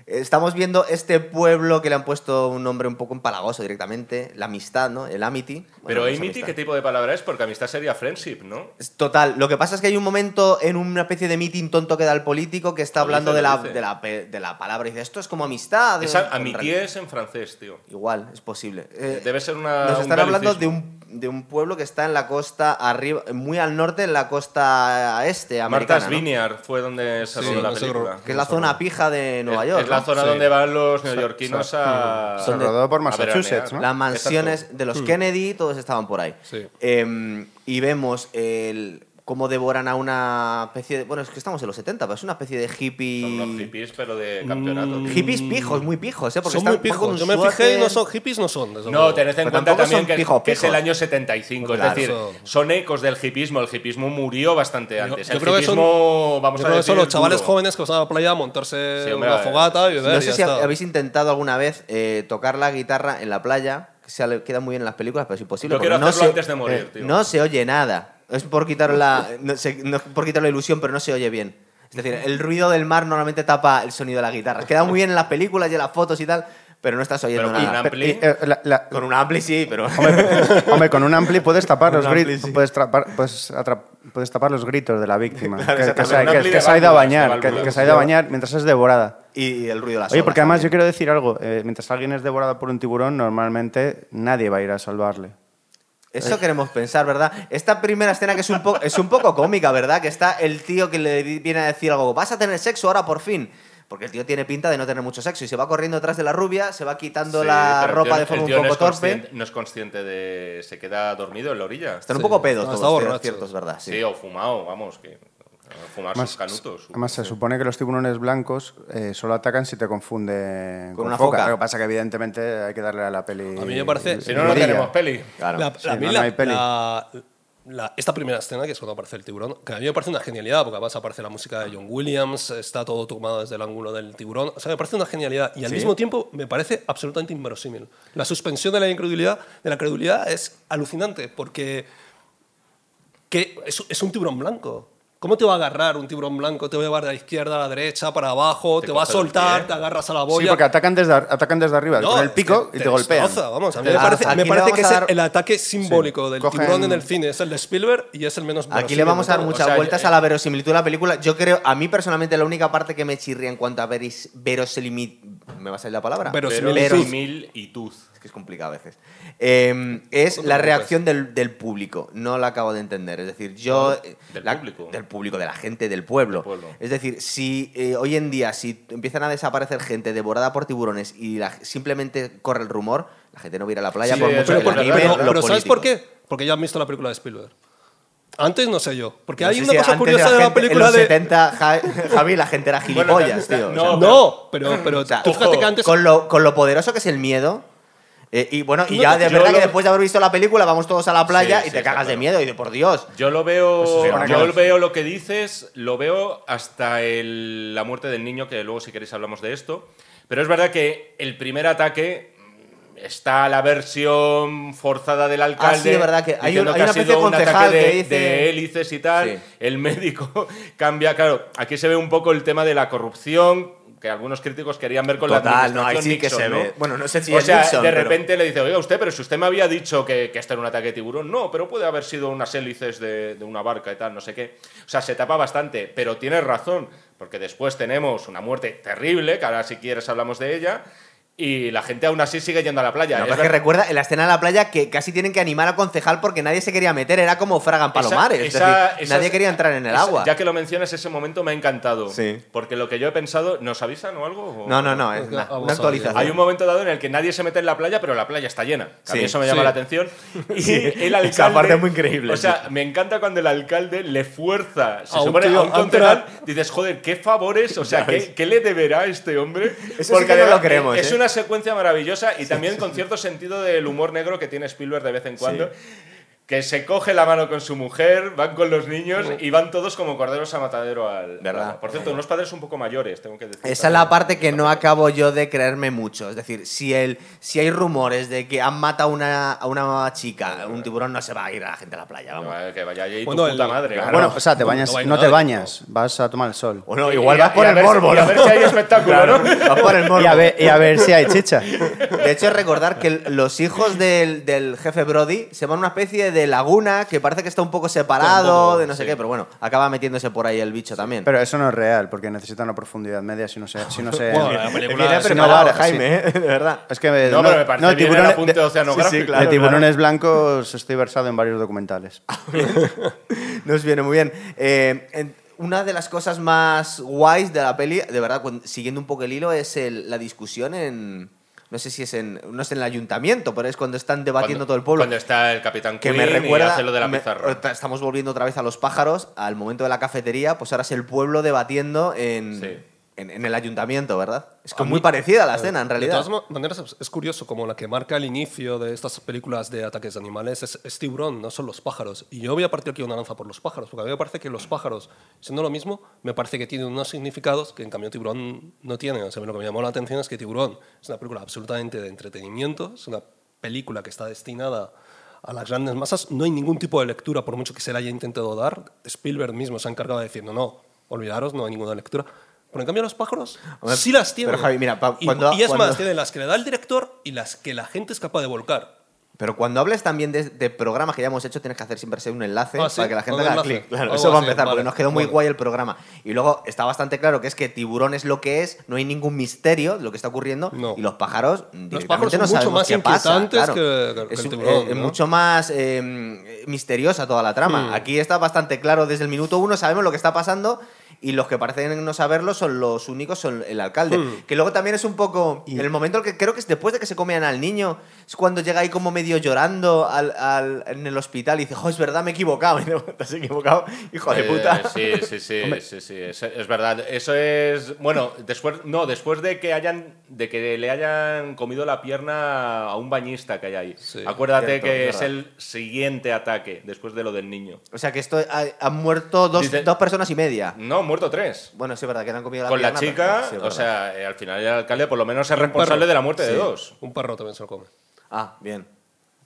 B: estamos viendo este pueblo que le han puesto un nombre un poco empalagoso directamente, la amistad, ¿no? El Amity.
A: Pero
B: Bueno, no es
A: Amity,
B: amistad.
A: ¿qué tipo de palabra es? Porque amistad sería friendship, ¿no?
B: Es Total, lo que pasa es que hay un momento en una especie de meeting tonto que da el político que está
A: Lo
B: hablando
A: dice,
B: de,
A: lo
B: la,
A: dice.
B: de, la, pe- de la palabra y dice, esto es como amistad.
A: Es
B: En
A: a, amitié
B: realidad-
A: es en francés, tío.
B: Igual, es posible. Eh,
A: Debe ser una.
B: Nos
A: un
B: están hablando de
A: belicismo.
B: un, de un pueblo que está en la costa arriba, muy al norte, en la costa este, americana.
A: Martha's
B: ¿no?
A: Vineyard fue donde se
C: Sí,
A: rodó la
C: no sé,
A: película.
B: Que es la zona pija de Nueva
A: Es-
B: York.
A: Es la
B: ¿no?
A: zona
C: Sí.
A: donde van los neoyorquinos a.
D: Se rodó por
A: a
D: Massachusetts,
A: veranear.
D: ¿no?
B: Las mansiones de los Kennedy, todos estaban por ahí.
C: Hmm. Sí.
B: Em, y vemos el, cómo devoran a una especie de. Bueno, es que estamos en los 70, pero es una especie de hippie.
A: Son los hippies, pero de campeonato. tío.
B: Mm, Hippies pijos, muy pijos, ¿eh? Porque
C: son
B: están
C: muy
B: con un
C: pijos. Yo me
B: suéter.
C: fijé y no son hippies, no son. desde
A: No,
C: luego.
A: tened en
B: Pero
A: cuenta
B: tampoco
A: también
B: son
A: que,
B: pijos,
A: que es el
B: pijos.
A: año 75,
B: Claro.
A: es decir, son ecos del hipismo. El hipismo murió bastante antes.
C: yo
A: el
C: creo que son-
A: hipismo, vamos
C: Yo
A: a
C: creo que son
A: decir,
C: los chavales
A: duro.
C: jóvenes que van a la playa a montarse
A: Sí, hombre,
C: una
A: eh,
C: fogata y beber.
B: No
C: y
B: sé
C: ya
B: si
C: está.
B: habéis intentado alguna vez eh, tocar la guitarra en la playa, que se queda muy bien en las películas, pero es imposible.
A: Yo quiero
B: porque no
A: hacerlo
B: se- eh,
A: antes de morir, tío.
B: No se oye nada. Es por quitar la, no sé- no es por quitar la ilusión, pero no se oye bien. Es decir, el ruido del mar normalmente tapa el sonido de la guitarra. Queda muy bien en las películas y en las fotos y tal, pero no estás oyendo
A: Pero con un
B: nada.
A: ampli.
D: Y, eh, la- la-
B: Con un ampli sí, pero...
D: Hombre, con un ampli puedes tapar los
B: un ampli,
D: gritos.
B: sí.
D: Puedes, trapar- puedes atrap- puedes tapar los gritos de la víctima. que- que,
A: exactamente.
D: se,
A: Un
D: que-
A: ampli
D: que
A: de
D: se ha ido a
A: válvulas, de
D: bañar. Que,
A: válvulas.
D: que se ha ido a bañar mientras es devorada.
B: y el ruido de las
D: Oye,
B: olas
D: porque además
B: también.
D: yo quiero decir algo. eh, mientras alguien es devorado por un tiburón, normalmente nadie va a ir a salvarle.
B: Eso queremos pensar, ¿verdad? Esta primera escena que es un, po- es un poco cómica, ¿verdad? Que está el tío que le di- viene a decir algo, vas a tener sexo ahora por fin. Pues Porque el tío tiene pinta de no tener mucho sexo y se va corriendo detrás de la rubia, se va quitando
A: Sí,
B: la
A: pero el
B: ropa
A: tío-
B: de
A: el
B: forma un
A: tío no
B: poco
A: es
B: torpe.
A: consciente- No es consciente de. Se queda dormido en la orilla.
B: Están un
C: Sí.
B: poco pedos
C: No,
B: todos,
C: está
B: tío,
C: borracho.
B: cierto, es verdad. Sí.
A: Sí, o fumado, vamos, que. Fumar sus canutos.
D: además se supone que los tiburones blancos eh, solo atacan si te confunden
B: Con una foca.
D: Lo que pasa que evidentemente hay que darle a la peli.
C: A mí me parece-
D: el-
A: Si
D: el
A: no, no
D: rodillo.
A: tenemos peli.
B: Claro.
C: La-
D: sí,
C: la- a
D: no,
C: mí
D: no
C: la-
D: hay peli.
C: la- la- esta primera escena, que es cuando aparece el tiburón, que a mí me parece una genialidad, porque además aparece la música de John Williams, está todo tomado desde el ángulo del tiburón. O sea, me parece una genialidad. Y al mismo tiempo me parece absolutamente inverosímil. La suspensión de la incredulidad, de la credulidad es alucinante, porque que es, es un tiburón blanco. ¿Cómo te va a agarrar un tiburón blanco? Te va a llevar de la izquierda a la derecha, para abajo, te,
A: Te
C: va a
A: coge del
C: soltar,
A: pie.
C: te agarras a la
D: Sí,
C: boya.
D: porque atacan desde, ar- atacan desde arriba,
C: No,
D: con el pico
C: es
D: y
C: que
D: te, golpean.
C: destroza, vamos, a mí
B: Te
C: me
B: la-
C: parece,
B: Ah, aquí
C: me
B: le
C: parece
B: vamos
C: que
B: a
C: es
B: dar-
C: el ataque simbólico del
D: Cogen-
C: tiburón en el cine. Es el de Spielberg y es el menos
B: Aquí
C: verosímil
B: le vamos a dar
C: de todos.
B: muchas
A: O sea, eh,
B: vueltas
A: yo-
B: a la verosimilitud de la película. Yo creo, a mí personalmente, la única parte que me chirría en cuanto a veris, verosimilitud. ¿Me va a salir la palabra?
C: Verosimilitud.
B: Veros-
A: Mil y tuz.
B: Es que es complicado a veces. Eh, es
C: No te
B: la
C: preocupes.
B: reacción
C: pues.
B: del, del público. No la acabo de entender. Es decir, yo. eh,
A: del
B: la-
A: público.
B: Del público, de la gente, del pueblo.
A: Del pueblo.
B: Es decir, si eh, hoy en día, si empiezan a desaparecer gente devorada por tiburones y la- simplemente corre el rumor, la gente no va a ir a la playa
A: Sí,
B: por
A: eh,
B: mucho
A: pero
B: que
A: por-
B: la
A: pero-
B: mimen
A: pero-
B: los
C: pero ¿sabes por
B: políticos.
C: qué? Porque ya han visto la película de Spielberg. Antes no sé yo. Porque
B: No
C: hay
B: sé
C: una
B: si
C: cosa
B: antes
C: curiosa de la
B: gente- en
C: película
B: los
C: de.
B: 70, Ja- Javi, la gente era gilipollas,
A: la-
B: tío.
A: no,
B: O
A: pero-
B: sea,
C: No, pero, pero
B: O sea,
C: tú fíjate
A: ojo,
C: que antes.
B: con, lo, con lo poderoso que es el miedo. eh, y bueno, y
C: No,
B: ya de
C: yo
B: verdad
A: lo-
B: que después de haber visto la película vamos todos a la playa
A: Sí,
B: y
A: sí,
B: te
A: está
B: cagas de
A: claro.
B: miedo y de por Dios.
A: Yo lo veo.
D: Eso sí,
A: yo
D: claro.
A: veo lo que dices, lo veo hasta el- la muerte del niño, que luego si queréis hablamos de esto. Pero es verdad que el primer ataque mm, está la versión forzada del alcalde.
B: de Ah, verdad que hay
A: diciendo
B: un- hay
A: ha
B: una especie
A: sido
B: de
A: un
B: concejal
A: ataque de,
B: que dice-
A: de hélices y tal.
B: Sí.
A: El médico cambia. Claro, aquí se ve un poco el tema de la corrupción que algunos críticos querían ver con la
B: Total, no,
A: administración
B: ahí sí que
A: Nixon,
B: se
A: ¿no?
B: ve. Bueno, no sé si
A: o
B: es
A: sea,
B: Nixon,
A: de
B: pero-
A: repente le dice, oiga usted, pero si usted me había dicho que, que esto era un ataque de tiburón, no, pero puede haber sido unas hélices de, de una barca y tal, no sé qué. O sea, se tapa bastante, pero tienes razón, porque después tenemos una muerte terrible, que ahora si quieres hablamos de ella, y la gente aún así sigue yendo a la playa. Es
B: No, pero es que
A: verdad-
B: recuerda en la escena de la playa que casi tienen que animar al concejal porque nadie se quería meter, era como Fragan Palomares. es
A: esa-
B: decir,
A: esa-
B: nadie quería entrar en el
A: esa-
B: agua.
A: Ya que lo mencionas, ese momento me ha encantado.
B: Sí.
A: Porque lo que yo he pensado, ¿nos avisan o algo? O-
B: No, no, no, es
C: Pues
B: una,
C: a vos
B: una actualización.
A: Hay un momento dado en el que nadie se mete en la playa, pero la playa está llena. Que A mí
B: Sí,
A: eso me llama
C: sí.
A: la atención. Y el alcalde.
B: Esa parte es muy increíble,
A: O sea, me encanta cuando el alcalde le fuerza. Se
C: A un
A: supone
C: tío,
A: a un
C: a un
A: concejal. Dices, joder, qué favores. O sea, ¿qué, qué le deberá a este hombre?
B: Eso sí que no
A: además
B: lo creemos,
A: Es
B: ¿eh?
A: una secuencia maravillosa y también con cierto sentido del humor negro que tiene Spielberg de vez en cuando. Que se coge la mano con su mujer, van con los niños y van todos como corderos a matadero al.
B: ¿Verdad?
A: Por cierto, unos padres un poco mayores, tengo que decir.
B: Esa es
A: también.
B: la parte que no acabo yo de creerme mucho. Es decir, si, el, si hay rumores de que han matado una, a una chica, un tiburón no se va a ir a la gente a la playa, vamos.
A: No, Que vaya allí
C: Bueno,
A: tu puta
C: el-
A: madre.
C: claro.
D: Bueno, o sea, te
C: No
D: bañas,
C: hay
D: no
C: nada
D: te
C: de-
D: bañas, vas a tomar el sol.
B: O no,
A: Y-
B: igual
A: y
B: vas
A: a-
B: por
A: y a
B: el
A: ver si-
B: morbo.
A: y a
B: ¿no?
A: ver si hay espectáculo, ¿no?
B: Vas por el morbo.
D: Y a, ver, y a ver si hay chicha.
B: De hecho, es recordar que el- los hijos del, del jefe Brody se van a una especie de laguna que parece que está un poco separado,
C: Tampoco,
B: de no sé
A: sí.
B: qué, pero bueno, acaba metiéndose por ahí el bicho también.
D: Pero eso no es real, porque necesita una profundidad media si no se... Si no se
C: Bueno, la
B: Viene
C: película es-
D: pero-
B: preparado,
D: no vara,
B: Jaime, ¿eh? de verdad.
D: Es que me-
A: No, pero me parece bien el apunte
D: de-
A: oceanográfico.
D: sí, sí,
A: Claro,
D: de tiburones blancos estoy versado en varios documentales.
B: Nos viene muy bien. Eh, en- una de las cosas más guays de la peli, de verdad, cuan- siguiendo un poco el hilo, es el- la discusión en. No sé si es en. No es en el ayuntamiento, pero es cuando están debatiendo
A: Cuando-
B: todo el pueblo.
A: Cuando está el capitán
B: que
A: Queen
B: me recuerda.
A: y hace lo de la
B: me-
A: pizarra.
B: ta- estamos volviendo otra vez a los pájaros, al momento de la cafetería, pues ahora es el pueblo debatiendo en,
A: Sí.
B: en, en el ayuntamiento, ¿verdad? Es
C: A
B: como
C: mí-
B: muy parecida a la escena, en
C: De
B: realidad.
C: todas ma- maneras, es- es curioso como la que marca el inicio de estas películas de ataques de animales es, es tiburón, no son los pájaros. Y yo voy a partir aquí una lanza por los pájaros, porque a mí me parece que los pájaros, siendo lo mismo, me parece que tienen unos significados que en cambio tiburón no tiene. O sea, lo que me llamó la atención es que tiburón es una película absolutamente de entretenimiento, es una película que está destinada a las grandes masas. No hay ningún tipo de lectura, por mucho que se le haya intentado dar. Spielberg mismo se ha encargado de decir, no, no, olvidaros, no hay ninguna lectura. Pero en cambio los pájaros
B: Hombre,
C: sí las tienen.
B: pero, Javi, mira, pa-
C: y,
B: cuando-
C: y es
B: cuando-
C: más, tienen las que le da el director y las que la gente es capaz de volcar.
B: Pero cuando hables también de, de programas que ya hemos hecho, tienes que hacer siempre ser un enlace
C: Ah, ¿sí?
B: para que la gente
C: Un
B: haga
C: enlace.
B: clic. Claro,
C: Algo
B: eso va a
C: así,
B: empezar,
C: vale.
B: porque nos quedó muy
C: Bueno.
B: guay el programa. Y luego está bastante claro que es que tiburón es lo que es, no hay ningún misterio de lo que está ocurriendo.
C: No.
B: Y los pájaros, mm, directamente
C: pájaros son
B: no
C: mucho
B: sabemos
C: más
B: qué pasa.
C: inquietantes
B: claro.
C: que- que
B: es
C: el
B: un-
C: tiburón,
B: eh, es
C: ¿no?
B: mucho más eh, misteriosa toda la trama. Aquí está bastante claro desde el minuto uno, sabemos lo que está pasando. y los que parecen no saberlo son los únicos, son el alcalde. Que luego también es un poco. En el momento en que creo que es después de que se comían al niño, es cuando llega ahí como medio llorando al, al- en el hospital y dice, jo, es verdad, me he equivocado. Y digo, te has equivocado, hijo de
A: Eh,
B: puta.
A: sí, sí, sí, sí, sí, es, es verdad. Eso es. Bueno, después. No, después de que hayan. De que le hayan comido la pierna a un bañista que hay ahí.
C: Sí.
A: Acuérdate
B: Cierto,
A: que
B: es
A: es el siguiente ataque, después de lo del niño.
B: O sea que esto ha- han muerto dos,
A: Dice-
B: dos personas y media.
A: No, muerto tres.
B: Bueno, sí es verdad que le han comido la
A: Con la
B: pierna, pero-
A: chica,
B: sí, es
A: o
B: verdad.
A: sea, eh, al final el alcalde por lo menos es responsable
C: perro.
A: de la muerte de
C: Sí.
A: dos.
C: Un perro también se lo come.
B: Ah, bien.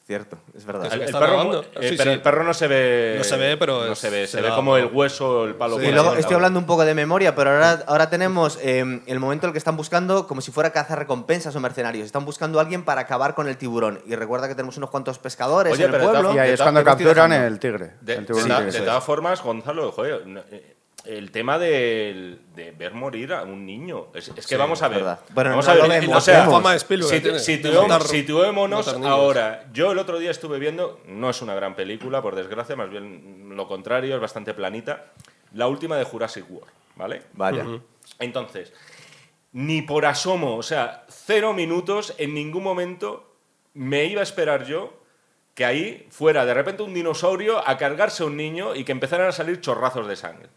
B: Cierto, es verdad.
A: El, el
C: Está
A: perro,
C: grabando.
A: eh,
C: Sí,
A: pero
C: sí.
A: el perro no se ve.
C: No se ve, pero
A: No
C: es-
A: se ve,
C: se
A: se ve
C: da,
A: como
C: ¿no?
A: el hueso, el palo.
C: Sí,
A: por
B: Y
A: la
B: luego
A: boca.
B: estoy hablando un poco de memoria, pero ahora, ahora tenemos eh, el momento en el que están buscando como si fuera cazar recompensas o mercenarios. Están buscando a alguien para acabar con el tiburón. Y recuerda que tenemos unos cuantos pescadores
A: Oye,
B: en el
A: pero de todas
B: pueblo.
D: Y ahí
A: de
D: es
A: ta-
D: cuando
A: de ta-
D: capturan el tigre.
A: De,
D: el
A: de
D: tiburón
A: ta-
D: tigre,
A: de
D: sí.
A: todas formas, Gonzalo, joder, no, eh, el tema del- de ver morir a un niño. Es, es que vamos a ver.
B: verdad. Bueno,
A: vamos
B: no
A: a
B: lo
A: ver. eh,
B: vemos,
A: o sea,
B: vemos.
C: Fama de Spielberg
A: situ-
C: tiene.
A: situemos-
C: Matar-
A: situémonos
C: matar niños.
A: ahora. Yo el otro día estuve viendo, no es una gran película, por desgracia, más bien lo contrario, es bastante planita. La última de Jurassic World, ¿vale?
B: Vaya.
A: Entonces, ni por asomo, o sea, cero minutos, en ningún momento me iba a esperar yo que ahí fuera de repente un dinosaurio a cargarse a un niño y que empezaran a salir chorrazos de sangre.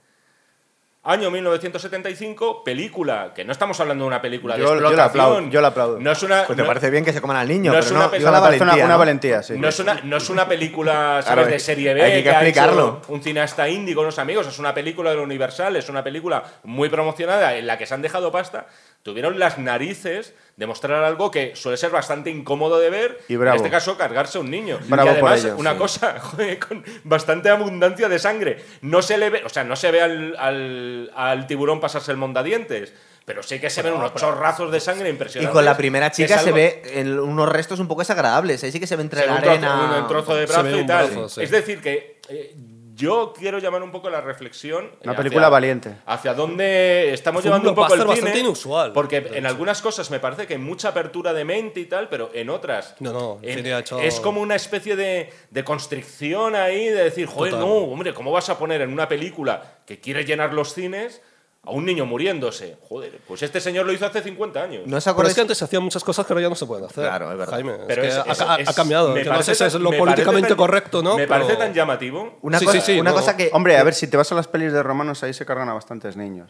A: Año 1975, película, que no estamos hablando de una película de
D: Yo- yo la
A: explotación.
D: aplaudo, yo la aplaudo.
A: No es una,
B: Pues te
A: no-
B: parece bien que se coman al
A: no
B: niño, pero
A: es
B: no,
A: una
B: digo
A: persona-
B: la
D: Una
B: valentía.
D: valentía, una
B: ¿no?
D: valentía, sí.
A: no es, una, no es una película,
B: eh. Claro,
A: ¿sabes? De serie B.
B: hay que
A: ha hecho
B: explicarlo.
A: un cineasta indie con unos amigos. Es una película de lo Universal. Es una película muy promocionada en la que se han dejado pasta. Tuvieron las narices de mostrar algo que suele ser bastante incómodo de ver.
D: Y bravo.
A: En este caso, cargarse a un niño.
D: Bravo
A: y
D: por
A: además,
D: ellos,
A: una
D: sí.
A: cosa, joder, con bastante abundancia de sangre. No se le ve, o sea, no se ve al, al- al tiburón pasarse el mondadientes. Pero sí que se ven unos chorrazos de sangre
B: Y
A: impresionantes.
B: con la primera
A: que es
B: chica se
A: algo-
B: ve en unos restos un poco desagradables. Ahí sí que se ve entre
A: se ve
B: la
A: un trozo-
B: arena.
A: un- un trozo de
C: Se
A: brazo
C: ve
A: y
C: un
A: tal.
C: brazo, sí.
A: Es decir, que eh, yo quiero llamar un poco la reflexión.
D: Una
A: eh,
D: película valiente.
A: Hacia dónde estamos
C: Fue un
A: llevando un poco el
C: blockbuster
A: cine.
C: bastante inusual,
A: Porque
C: de
A: en
C: hecho.
A: algunas cosas me parece que hay mucha apertura de mente y tal, pero en otras.
C: No, no, el
A: en-
C: cine ha hecho-
A: Es como una especie de, de constricción ahí, de decir, joder,
C: Total.
A: no, hombre, ¿cómo vas a poner en una película que quiere llenar los cines a un niño muriéndose? Joder, pues este señor lo hizo hace 50 años.
B: ¿No os
C: Pero es
B: acordáis?
C: que antes se hacían muchas cosas que ahora ya no se pueden hacer.
B: Claro, es verdad.
C: Jaime, es
A: Pero
C: que
A: es-
C: ha-
A: es-
C: ha, ha
A: es-
C: cambiado.
A: me
C: Yo no sé
A: parece
C: si es
A: tan-
C: lo
A: me parece
C: políticamente
A: tan-
C: correcto, ¿no?
A: Me parece
C: Pero-
A: tan llamativo.
B: Una,
C: Sí,
B: cosa,
C: sí, sí,
B: una
C: no,
B: cosa
C: no.
A: eh,
B: que.
D: Hombre, a ver, si te vas a las pelis de romanos, ahí se cargan a bastantes niños.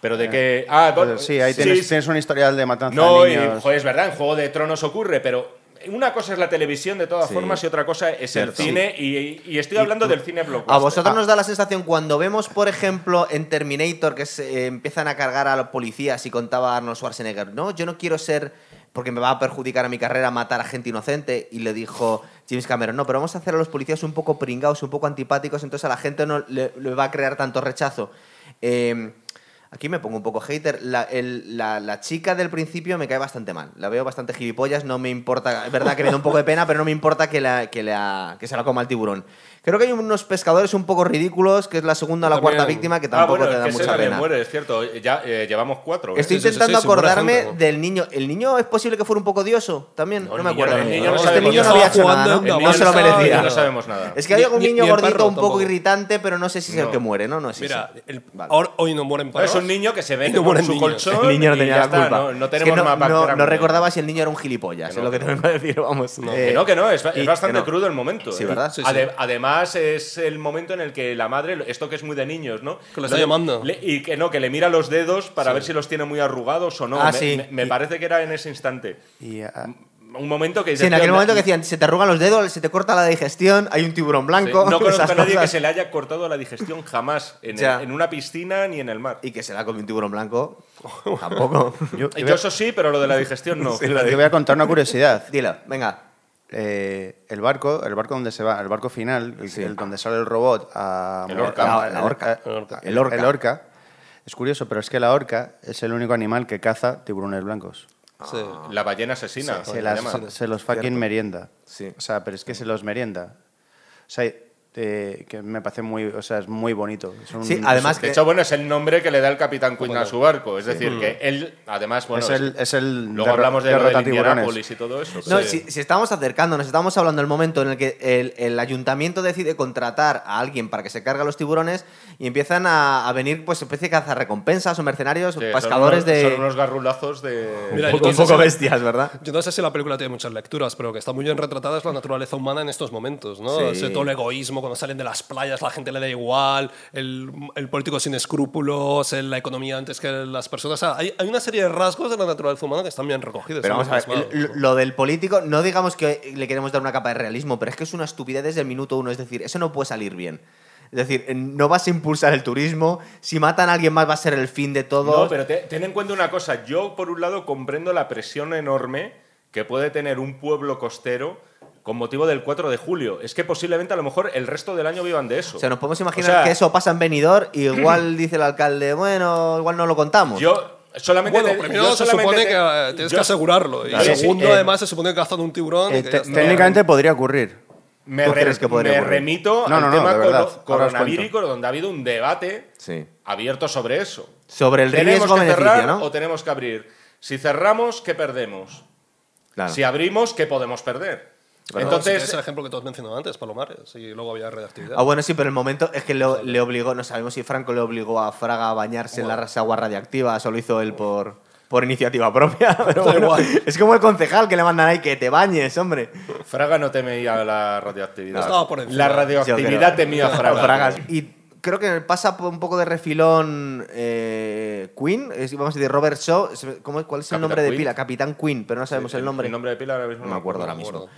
A: Pero de que. Ah, bueno,
D: Entonces, sí, ahí tienes, tienes un historial de matanza
A: No,
D: de
A: y,
D: niños.
A: joder, es verdad, en Juego de Tronos ocurre, pero una cosa es la televisión de todas
D: Sí.
A: formas y otra cosa es
D: Cierto.
A: el cine. Y, y estoy hablando del cine blockbuster. Ah.
B: A vosotros nos da la sensación cuando vemos, por ejemplo, en Terminator que se eh, empiezan a cargar a los policías y contaba Arnold Schwarzenegger, no, yo no quiero ser porque me va a perjudicar a mi carrera matar a gente inocente. Y le dijo James Cameron, no, pero vamos a hacer a los policías un poco pringados, un poco antipáticos, entonces a la gente no le, le va a crear tanto rechazo. Eh, aquí me pongo un poco hater. La, el- la- la chica del principio me cae bastante mal. La veo bastante gilipollas, no me importa. Es verdad que me da un poco de pena, pero no me importa que, la, que, la- que se la coma el tiburón. Creo que hay unos pescadores un poco ridículos, que es la segunda o la
C: También-
B: cuarta víctima, que
A: Ah,
B: tampoco
A: bueno,
B: te
A: es
B: da
A: que se
B: mucha pena.
A: muere, es cierto. Ya eh, llevamos cuatro. ¿eh?
B: Estoy
C: Sí, sí, sí,
B: intentando
C: sí, muere
B: acordarme
C: gente, ¿no?
B: del niño. ¿El niño es posible que fuera un poco odioso? También,
A: No,
B: no,
A: el
B: me
A: niño
B: acuerdo.
A: no- el niño no
B: este
A: sabe
B: niño
A: por
B: no
A: qué.
B: había
C: Estaba
B: hecho nada,
C: jugando
B: ¿no?
A: en
C: una
B: No se lo
C: bolsa y
B: merecía.
A: No sabemos nada.
B: Es que había
C: Ni-
B: un
C: ni-
B: niño
C: ni el perro
B: gordito un poco
C: tampoco.
B: irritante, pero no sé si es el
A: No.
B: que muere, ¿no? No es
C: Mira,
B: ese.
C: el-
B: Vale.
C: ahora- hoy no mueren
A: Pero
C: perros.
A: es un niño que se ve
C: Y no
A: con
C: mueren
A: su
C: niños.
A: colchón.
B: El niño no
A: y
B: tenía
A: ya
B: la
A: está,
B: culpa.
A: No, no
B: Es que
A: tenemos
B: no,
A: más
B: no-
A: background.
B: no recordaba si el niño era un gilipollas,
A: Que
B: es
A: no,
B: lo que
A: que
B: te vengo a decir, vamos.
A: Que no, que no, es, es
B: y-
A: bastante
B: que no.
A: crudo el momento.
B: Sí,
A: ¿eh?
B: ¿verdad?
C: Sí,
A: Ade-
C: sí.
A: Además, es el momento en el que la madre, esto que es muy de niños, ¿no?
C: Que lo está llamando.
A: le- y que no, que le mira los dedos para ver si los tiene muy arrugados o no.
B: Ah,
A: me
B: sí.
A: me- me parece que era en ese instante.
D: Y, ah,
A: Un momento que
B: Sí,
A: dices,
B: en aquel
A: "Tío,
B: momento
A: no-
B: que decían, se te arrugan los dedos, se te corta la digestión, hay un tiburón
A: sí,
B: blanco.
A: No conozco
B: esas
A: a nadie que
B: cosas.
A: se le haya cortado la digestión jamás en,
B: Ya.
A: en una piscina ni en el mar.
B: Y que se la come un tiburón blanco, tampoco.
D: yo, yo voy
A: Yo
D: a-
A: eso sí, pero lo de la digestión no.
B: Sí,
A: fíjate.
B: la
D: yo voy a contar una curiosidad.
B: Dilo, venga.
D: Eh, el barco, el barco donde se va, el barco final, el,
B: Sí.
D: el donde sale el robot a
A: El
D: mo-
A: orca.
D: a-
B: La- la orca.
D: a-
B: El
C: orca.
D: El orca. El orca. Es curioso, pero es que la orca es el único animal que caza tiburones blancos.
C: Sí.
B: Ah.
A: La ballena asesina.
D: Se,
A: se
D: las-
A: llama.
D: se los fucking merienda.
B: Sí.
D: O sea, pero es que se los merienda. O sea, eh, que me parece muy, o sea, es muy bonito. Son-
B: Sí, además
D: es-
A: De
B: que- Mm.
A: hecho, bueno, es el nombre que le da el capitán Quinn a su barco. Es decir, que él, además, bueno,
D: es el, es el
A: luego
D: derro-
A: hablamos de lo del
D: derrotatiburones.
B: Eh,
A: Indianapolis y todo eso.
B: No,
A: pero-
B: si, si estamos acercando, nos estamos hablando del momento en el que el, el ayuntamiento decide contratar a alguien para que se cargue a los tiburones y empiezan a, a venir, pues, especie de cazarrecompensas o mercenarios, o
A: Sí, son
B: pescadores
A: unos-
B: de.
A: Son unos garrulazos de...
C: Mira,
B: un poco, un
C: entonces-
B: poco bestias, ¿verdad?
C: Yo no sé si la película tiene muchas lecturas, pero que está muy bien retratada es la naturaleza humana en estos momentos, ¿no?
B: Sí.
C: Ese todo el egoísmo, cuando salen de las playas la gente le da igual, el, el político sin escrúpulos, el- la economía antes que las personas. O sea, hay, hay una serie de rasgos de la naturaleza humana que están bien recogidos.
B: Pero
C: están
B: vamos a ver,
C: bien plasmados,
B: lo,
C: ¿no?
B: lo del político, no digamos que le queremos dar una capa de realismo, pero es que es una estupidez desde el minuto uno. Es decir, eso no puede salir bien. Es decir, no vas a impulsar el turismo. Si matan a alguien más, va a ser el fin de todo.
A: No, pero te- ten en cuenta una cosa. Yo, por un lado, comprendo la presión enorme que puede tener un pueblo costero con motivo del 4 de julio. Es que posiblemente a lo mejor el resto del año vivan de eso.
B: O sea, nos podemos imaginar
A: O sea,
B: que eso pasa en Benidorm y igual dice el alcalde, bueno, igual no lo contamos.
A: Yo solamente.
C: Bueno,
A: te-
C: primero
A: yo
C: se
A: solamente
C: supone
A: te-
C: que eh, tienes
A: yo
C: que asegurarlo. Y
A: Claro. Sí, sí,
C: segundo,
B: eh,
C: además, se supone que cazan un tiburón. y
D: Eh,
C: que
D: te-
C: ya está.
D: técnicamente podría ocurrir.
A: Me,
B: ¿Tú
A: re-
B: crees que podría
A: me
B: ocurrir?
A: remito
D: No,
A: al
D: no, no,
A: tema
D: de
A: coro-
D: verdad. Ahora os
A: coronavírico, donde ha habido un debate
B: Sí.
A: abierto sobre eso.
B: Sobre el
A: ¿Tenemos
B: riesgo
A: que
B: beneficio,
A: cerrar
B: ¿no?
A: o tenemos que abrir? Si cerramos, ¿qué perdemos?
B: Claro.
A: Si abrimos, ¿qué podemos perder?
C: Bueno,
A: Entonces,
C: es el ejemplo que tú has mencionado antes, Palomares, y luego había radioactividad.
B: Ah, bueno, sí, pero el momento es que lo- le obligó, no sabemos si Franco le obligó a Fraga a bañarse en las aguas radiactivas o lo hizo él por, por iniciativa propia. Pero bueno, es como el concejal que le mandan ahí que te bañes, hombre.
A: Fraga no temía la radioactividad.
C: No eh. estaba por encima.
A: La
B: Yo
A: radioactividad
B: creo.
A: temía a Fraga.
B: Fragas. Y creo que pasa por un poco de refilón eh, Queen, es- vamos a decir Robert Shaw, se- ¿cómo es- ¿cuál es el
A: Capitán
B: nombre de
A: Queen.
B: pila? Capitán Queen, pero no sabemos el nombre.
A: El nombre de pila ahora mismo
B: No me acuerdo ahora
A: me
B: mismo.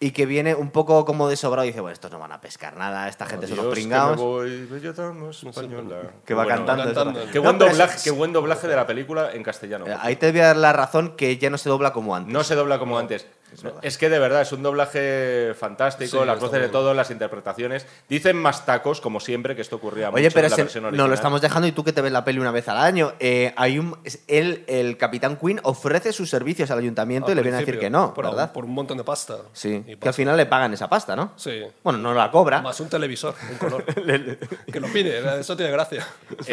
B: Y que viene un poco como de sobrado y dice, bueno, estos no van a pescar nada, esta gente son los
A: Adiós, que
B: pringados.
A: me voy, bellota más española.
B: Que va
A: Bueno,
B: cantando.
C: cantando.
B: es verdad.
A: Qué
B: No,
A: buen,
B: pero es-
A: doblaje, qué buen doblaje de la película en castellano.
B: eh, Ahí te voy a dar la razón que ya no se dobla como antes.
A: No se dobla como antes. No, Es que de verdad es un doblaje fantástico,
C: Sí,
A: las
C: está
A: voces de
C: muy
A: todos, las interpretaciones. Dicen más tacos, como siempre, que esto ocurría
B: Oye,
A: mucho
B: pero
A: en la
B: ese-
A: versión
B: no
A: original.
B: lo estamos dejando y tú que te ves la peli una vez al año. Eh, hay un, es- él, el capitán Queen ofrece sus servicios al ayuntamiento y
C: Ah, Al
B: le viene a decir
C: principio,
B: que no,
C: por,
B: ¿verdad?
C: Por un montón de pasta.
B: Sí,
C: Y
B: que al final le pagan esa pasta, ¿no?
C: Sí.
B: Bueno, no la
A: Ah.
B: cobra.
C: Más un televisor en color. que lo pide, eso tiene gracia.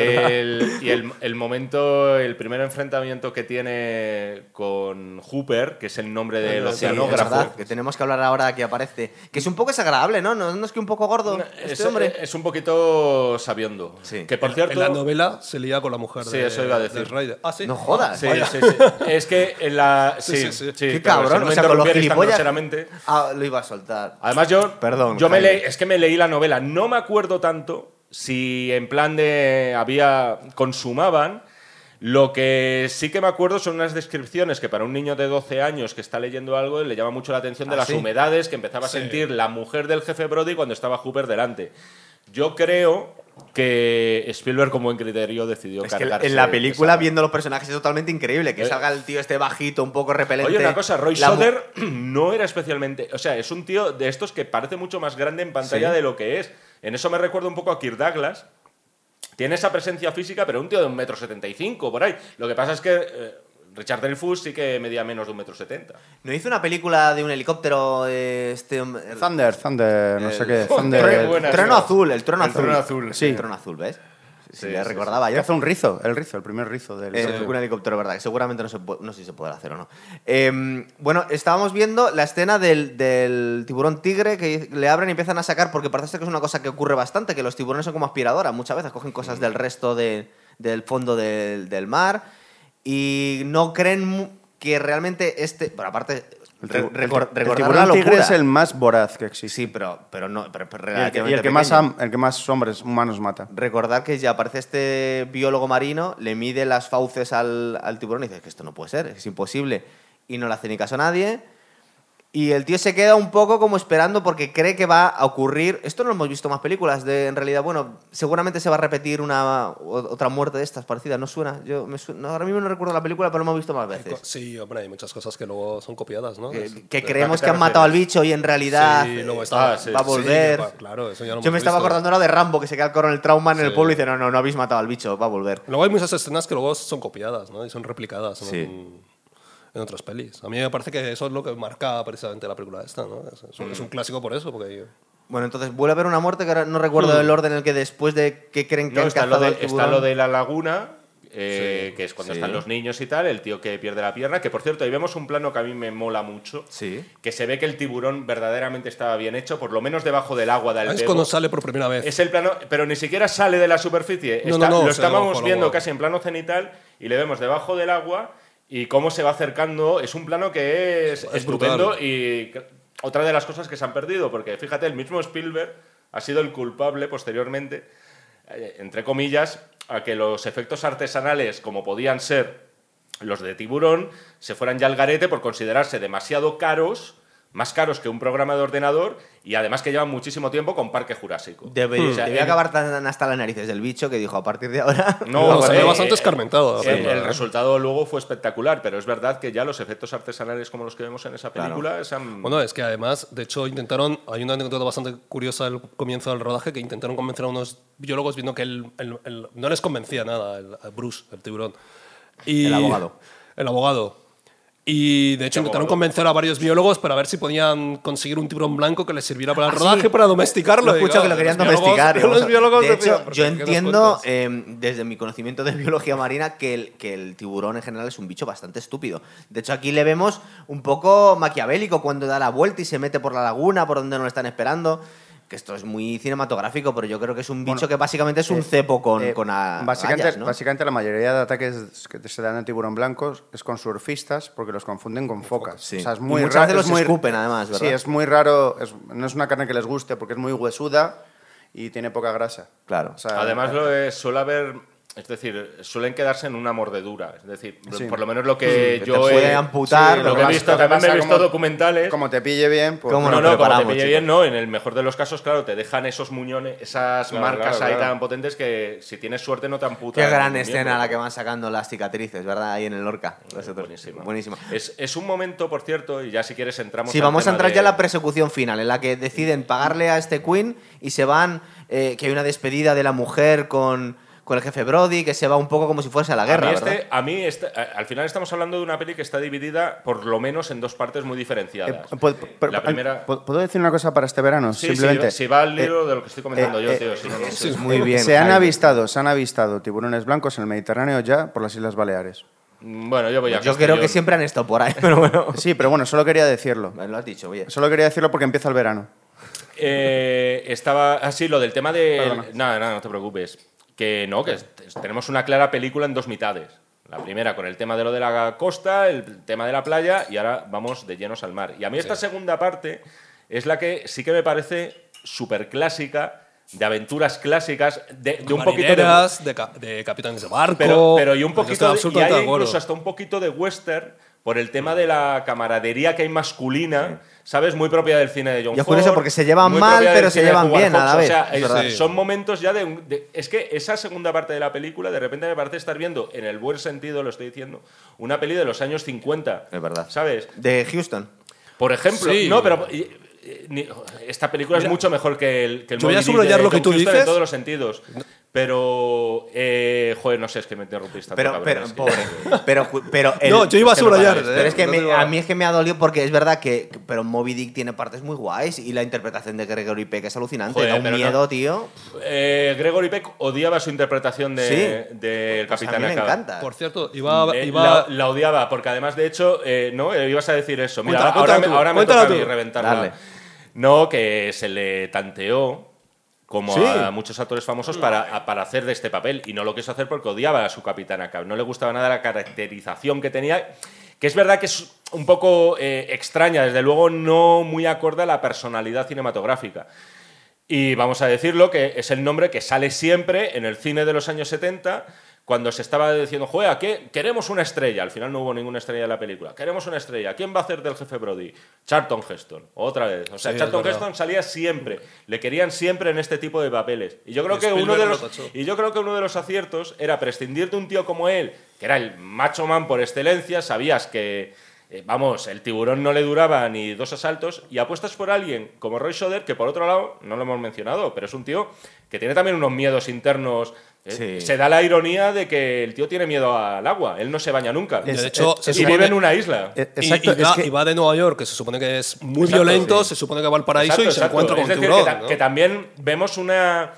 A: El- y el, el momento, el primer enfrentamiento que tiene con Hooper, que es el nombre del
C: Sí,
B: Sí, es
A: oceanógrafo.
B: verdad, que pues. tenemos que hablar ahora que aparece. Que es un poco desagradable, ¿no? ¿No, no es que un poco gordo este
A: es, eh,
B: hombre?
A: es un poquito sabiondo.
B: Sí.
A: Que por
C: En-
A: cierto.
C: En la novela se lía con la mujer
A: Sí,
C: de,
A: eso iba a decir.
C: de Ryder. Ah, sí.
B: No jodas.
A: Sí,
C: Vaya.
A: sí, sí. Es que en la. Sí,
C: Sí,
A: sí,
C: sí, sí.
B: Qué
A: claro,
B: cabrón,
A: si no
B: o
A: me
B: sea, con los
A: interrumpierais tan
B: gilipollas.
A: groseramente.
B: Ah, lo iba a soltar.
A: Además, yo.
B: Perdón,
A: Yo me
B: Jaime.
A: leí- es que me leí la novela. No me acuerdo tanto si en plan de. Había. Consumaban. Lo que sí que me acuerdo son unas descripciones que para un niño de 12 años que está leyendo algo le llama mucho la atención de
B: ¿Ah,
A: las
B: sí?
A: humedades que empezaba a sentir la mujer del jefe Brody cuando estaba Hooper delante. Yo creo que Spielberg, con buen criterio, decidió
B: Es que
A: cargarse
B: en la película,
A: esa-
B: viendo los personajes, es totalmente increíble. Que
A: Eh.
B: salga el tío este bajito, un poco repelente.
A: Oye, una cosa, Roy
B: la mu-
A: Soder no era especialmente. O sea, es un tío de estos que parece mucho más grande en pantalla
B: Sí.
A: de lo que es. En eso me recuerda un poco a Kirk Douglas. Tiene esa presencia física, pero un tío de un metro setenta y cinco, por ahí. Lo que pasa es que eh, Richard Dreyfuss sí que medía menos de un metro setenta.
B: ¿No hizo una película de un helicóptero? eh, Este, hom- el-
D: Thunder, Thunder, no sé qué.
A: Qué
D: Thunder.
A: buena.
B: el trueno
A: esa.
B: azul, el trueno
A: El
B: azul.
A: trueno azul,
B: El trueno azul, ¿ves? Sí,
A: Sí,
B: ya
A: sí,
B: recordaba
D: Que
B: yo.
D: hace un rizo, el rizo, el primer rizo del.
B: Eh, Un helicóptero, ¿verdad? Que seguramente no, se pu- no sé si se podrá hacer o no. Eh, bueno, estábamos viendo la escena del, del tiburón tigre que le abren y empiezan a sacar, porque parece que es una cosa que ocurre bastante, que los tiburones son como aspiradoras, muchas veces cogen cosas del resto de- del fondo del, del mar y no creen mu- que realmente este... Pero aparte,
D: El
B: re-
D: tibu- el-
B: recor-
D: el
B: recordar la
D: tiburón tigre
B: locura.
D: es el más voraz que existe.
B: Sí, pero, pero no... pero- pero
D: Y el que- y el que,
B: relativamente
D: más
B: pequeño.
D: am- el que más hombres humanos mata.
B: Recordar que ya aparece este biólogo marino, le mide las fauces al, al tiburón y dice que esto no puede ser, es imposible. Y no le hace ni caso a nadie. Y el tío se queda un poco como esperando porque cree que va a ocurrir. Esto no lo hemos visto en más películas. De, en realidad, bueno, seguramente se va a repetir una o- otra muerte de estas parecidas. No suena. Yo me su- no, ahora mismo no recuerdo la película, pero lo hemos visto más veces.
C: Sí, hombre, hay pues, muchas cosas que luego son copiadas, ¿no? Es-
B: Que, que
A: ¿A qué
B: creemos
A: te
B: que han matado al
A: refieres?
B: bicho y en realidad
C: Sí,
B: eh,
C: luego está-
B: va,
A: ah, sí,
B: a
A: sí,
B: volver.
C: que- claro, eso ya lo
B: Yo
C: hemos
B: me estaba
C: visto.
B: acordando ahora de Rambo, que se queda con el trauma en el
C: Sí.
B: pueblo y dice, no, no, no habéis matado al bicho, va a volver.
C: Luego hay muchas escenas que luego son copiadas, ¿no? Y son replicadas en, en otras
A: Mm.
C: pelis. A mí me parece que eso es lo que marca precisamente la película esta, ¿no? Es, es un, es un clásico por eso, porque
B: Bueno, entonces vuelve a haber una muerte que ahora no recuerdo el orden en el que después de que creen que
A: Hmm. No,
B: han
A: está lo,
B: cazado
A: de,
B: al
A: está
B: tiburón.
A: lo de la laguna, eh, que es cuando
B: Sí.
A: están los niños y tal, el tío que pierde la pierna, que por cierto, ahí vemos un plano que a mí me mola mucho,
B: Sí.
A: que se ve que el tiburón verdaderamente estaba bien hecho, por lo menos debajo del agua del
C: Ah, Es
A: pego.
C: cuando sale por primera vez.
A: Es el plano, pero ni siquiera sale de la superficie.
C: No,
A: Está-
C: no, no,
A: lo
C: se debajo
A: estábamos
C: del
A: viendo
C: agua.
A: casi en plano cenital y le vemos debajo del agua y cómo se va acercando. Es un plano que es,
C: Es
A: estupendo
C: brutal.
A: y que- otra de las cosas que se han perdido, porque fíjate, el mismo Spielberg ha sido el culpable posteriormente, eh, entre comillas, a que los efectos artesanales, como podían ser los de tiburón, se fueran ya al garete por considerarse demasiado caros. Más caros que un programa de ordenador y además que llevan muchísimo tiempo con Parque Jurásico.
B: Debería,
A: O sea,
B: debería
A: en-
B: Hmm. acabar tan hasta las narices del bicho que dijo a partir de ahora.
A: No,
C: No, se ve
A: eh,
C: bastante
A: eh,
C: escarmentado.
A: el,
C: además,
A: el
C: ¿eh?
A: resultado luego fue espectacular, pero es verdad que ya los efectos artesanales como los que vemos en esa película se han...
C: Mm. Bueno, es que además, de hecho, intentaron. Hay una anécdota bastante curiosa al comienzo del rodaje que intentaron convencer a unos biólogos viendo que el- el- el- no les convencía nada el, a Bruce, el tiburón. Y-
B: El abogado.
C: El abogado. Y de hecho intentaron
A: abogado?
C: convencer a varios biólogos para ver si podían conseguir un tiburón blanco que les sirviera para el
B: Ah,
C: rodaje,
B: sí.
C: para domesticarlo.
B: Lo
C: Y
B: escucho
C: claro,
B: que lo
C: los
B: querían
C: biólogos-
B: domesticar. vamos
C: Los
B: a-
C: biólogos
B: de hecho,
C: decían, "Pero
B: yo
C: ¿qué nos
B: entiendo,
C: cuentas?".
B: eh, desde mi conocimiento de biología marina, que el, que el tiburón en general es un bicho bastante estúpido. De hecho, aquí le vemos un poco maquiavélico cuando da la vuelta y se mete por la laguna, por donde no lo están esperando. Que esto es muy cinematográfico, pero yo creo que es un bicho que básicamente es un
D: eh,
B: cepo con,
D: Eh,
B: con a-
D: básicamente,
B: agallas, ¿no?
D: básicamente la mayoría de ataques que se dan a tiburón blancos es con surfistas porque los confunden con focas.
B: sí.
D: O sea, es
B: Y
D: muy
B: muchas
D: raro.
B: veces
D: es
B: los
D: muy-
B: escupen, además, ¿verdad?
D: Sí, es muy raro. es- no es una carne que les guste porque es muy huesuda y tiene poca grasa.
B: Claro.
D: O sea, eh,
A: Además lo es- suele haber... Es decir, suelen quedarse en una mordedura. Es decir,
D: Sí.
A: por lo menos lo que
B: Que te
A: yo
B: puede
A: he...
B: amputar,
A: lo que he
B: vas-
A: visto,
D: te
A: también me he
D: pasa
A: visto documentales.
D: Como te pille bien, pues.
B: ¿Cómo
A: no,
B: nos
A: no, como te
B: preparamos,
A: pille
B: chicos?
A: bien, no. En el mejor de los casos, claro, te dejan esos muñones, esas
D: Claro,
A: marcas
D: claro,
A: ahí
D: claro.
A: tan potentes que si tienes suerte no te amputan.
B: Qué gran
A: un miembro.
B: escena la que van sacando las cicatrices, ¿verdad? Ahí en el Lorca. Nosotros.
A: Buenísima.
B: Buenísima.
A: Es, es un momento, por cierto, y ya si quieres entramos...
B: Sí,
A: al
B: vamos a
A: tema
B: entrar
A: de-
B: ya a la persecución final, en la que deciden pagarle a este Queen y se van, eh, que hay una despedida de la mujer con, con el jefe Brody, que se va un poco como si fuese a la guerra,
A: a mí,
B: ¿verdad?
A: este- a mí este- a- al final estamos hablando de una peli que está dividida por lo menos en dos partes muy
D: Eh,
A: diferenciadas.
D: pu- pu-
A: la primera...
D: ¿Pu- ¿Puedo decir una cosa para este verano?
A: Sí,
D: Simplemente.
A: sí, si va al libro de lo que estoy comentando
D: eh,
A: yo,
D: eh,
A: tío. si no, no.
B: Eso es muy bien.
D: se han
B: Jaime.
D: avistado, se han avistado tiburones blancos en el Mediterráneo ya por las Islas Baleares.
A: Mm, Bueno, yo voy a...
B: Pues Yo creo que
A: Castellón.
B: siempre han estado por ahí, pero bueno.
D: Sí, pero bueno, solo quería decirlo.
B: Bueno, Lo has dicho, oye.
D: Solo quería decirlo porque empieza el verano.
A: Eh, estaba así lo del tema de
D: Perdona.
A: nada nada no te preocupes que no que est- tenemos una clara película en dos mitades la primera con el tema de lo de la costa el tema de la playa y ahora vamos de llenos al mar y a mí esta segunda parte es la que sí que me parece súper clásica de aventuras clásicas de, de un poquito de
C: Marineras, de, ca- de capitanes de barco.
A: pero, pero y un
B: pues
C: Yo estoy
A: poquito de, y
C: absolutamente
A: hay
C: de acuerdo.
A: incluso hasta un poquito de western por el tema de la camaradería que hay masculina, ¿sabes? Muy propia del cine de John
B: Y es
A: Ford.
B: curioso porque se llevan
A: muy
B: mal,
A: propia del
B: pero se
A: cine de
B: llevan
A: Howard
B: bien a
A: Hawks.
B: la vez.
A: O sea,
B: Es
A: es-
B: verdad.
A: son momentos ya de, un- de- Es que esa segunda parte de la película, de repente me parece estar viendo, en el buen sentido lo estoy diciendo, una peli de los años 50.
B: Es verdad.
A: ¿Sabes?
B: De Houston.
A: Por ejemplo,
C: Sí.
A: no, pero y- y- ni- esta película es mucho mejor que el que el
C: yo voy a
A: Moby Dick
C: subrayar
A: de
C: lo que
A: Tom
C: tú
A: Houston en
C: dices.
A: todos los sentidos. Pero eh, joder, no sé, es que me interrumpiste. tanto,
B: Pero,
A: cabrón,
B: pero,
A: es que-
B: pobre. Pero, ju- pero el-
C: No, yo iba a
B: pero
C: subrayar,
B: vale,
C: eh,
B: Pero es que
C: no
B: me-
C: te iba-
B: a mí es que me ha dolido porque es verdad que. que- Pero Moby Dick tiene partes muy guays y la interpretación de Gregory Peck es alucinante.
A: Joder,
B: da un
A: pero no-
B: miedo, tío.
A: Eh, Gregory Peck odiaba su interpretación de,
B: Sí.
A: del
B: Pues a
A: Capitán
B: mí me
A: Acaba.
B: encanta.
C: Por cierto, iba,
A: Eh,
C: iba
A: la, la odiaba, porque además, de hecho, eh, no, Eh, ibas a decir eso. Mira,
C: Cuéntala,
A: ahora,
C: cuéntala
A: me,
C: tú,
A: ahora me
C: cuéntala
A: toca a mí
C: tú.
A: reventarla.
B: Dale.
A: No, que se le tanteó como
C: Sí.
A: a muchos actores famosos para, a- para hacer de este papel y no lo quiso hacer porque odiaba a su Capitán Acab. No le gustaba nada la caracterización que tenía, que es verdad que es un poco eh, extraña, desde luego no muy acorde a la personalidad cinematográfica. Y vamos a decirlo, que es el nombre que sale siempre en el cine de los años 70, cuando se estaba diciendo, juega, ¿qué? queremos una estrella. Al final no hubo ninguna estrella en la película. Queremos una estrella. ¿Quién va a hacer del jefe Brody? Charlton Heston. Otra vez. O sea,
C: Sí, es
A: Charlton
C: verdad.
A: Heston salía siempre. Le querían siempre en este tipo de papeles. Y yo creo
C: Y
A: que uno
C: Spielberg
A: de
C: lo
A: los
C: tachó.
A: y yo creo que uno de los aciertos era prescindir de un tío como él, que era el macho man por excelencia, sabías que eh, vamos, el tiburón no le duraba ni dos asaltos y apuestas por alguien como Roy Soder, que por otro lado, no lo hemos mencionado, pero es un tío que tiene también unos miedos internos. eh,
B: Sí.
A: Se da la ironía de que el tío tiene miedo al agua, él no se baña nunca.
C: De
D: Es-
C: hecho,
D: es-
C: se
A: y
C: supone-
A: vive en una isla.
D: Eh,
C: Y-
D: Exacto,
C: y, va,
D: es que-
C: y va de Nueva York, que se supone que es muy
A: Exacto,
C: violento,
A: sí.
C: se supone que va al paraíso
A: Exacto,
C: y se
A: exacto.
C: encuentra con
A: Es
C: un
A: decir,
C: tiburón.
A: Que, ta-
C: ¿no?
A: que también vemos una.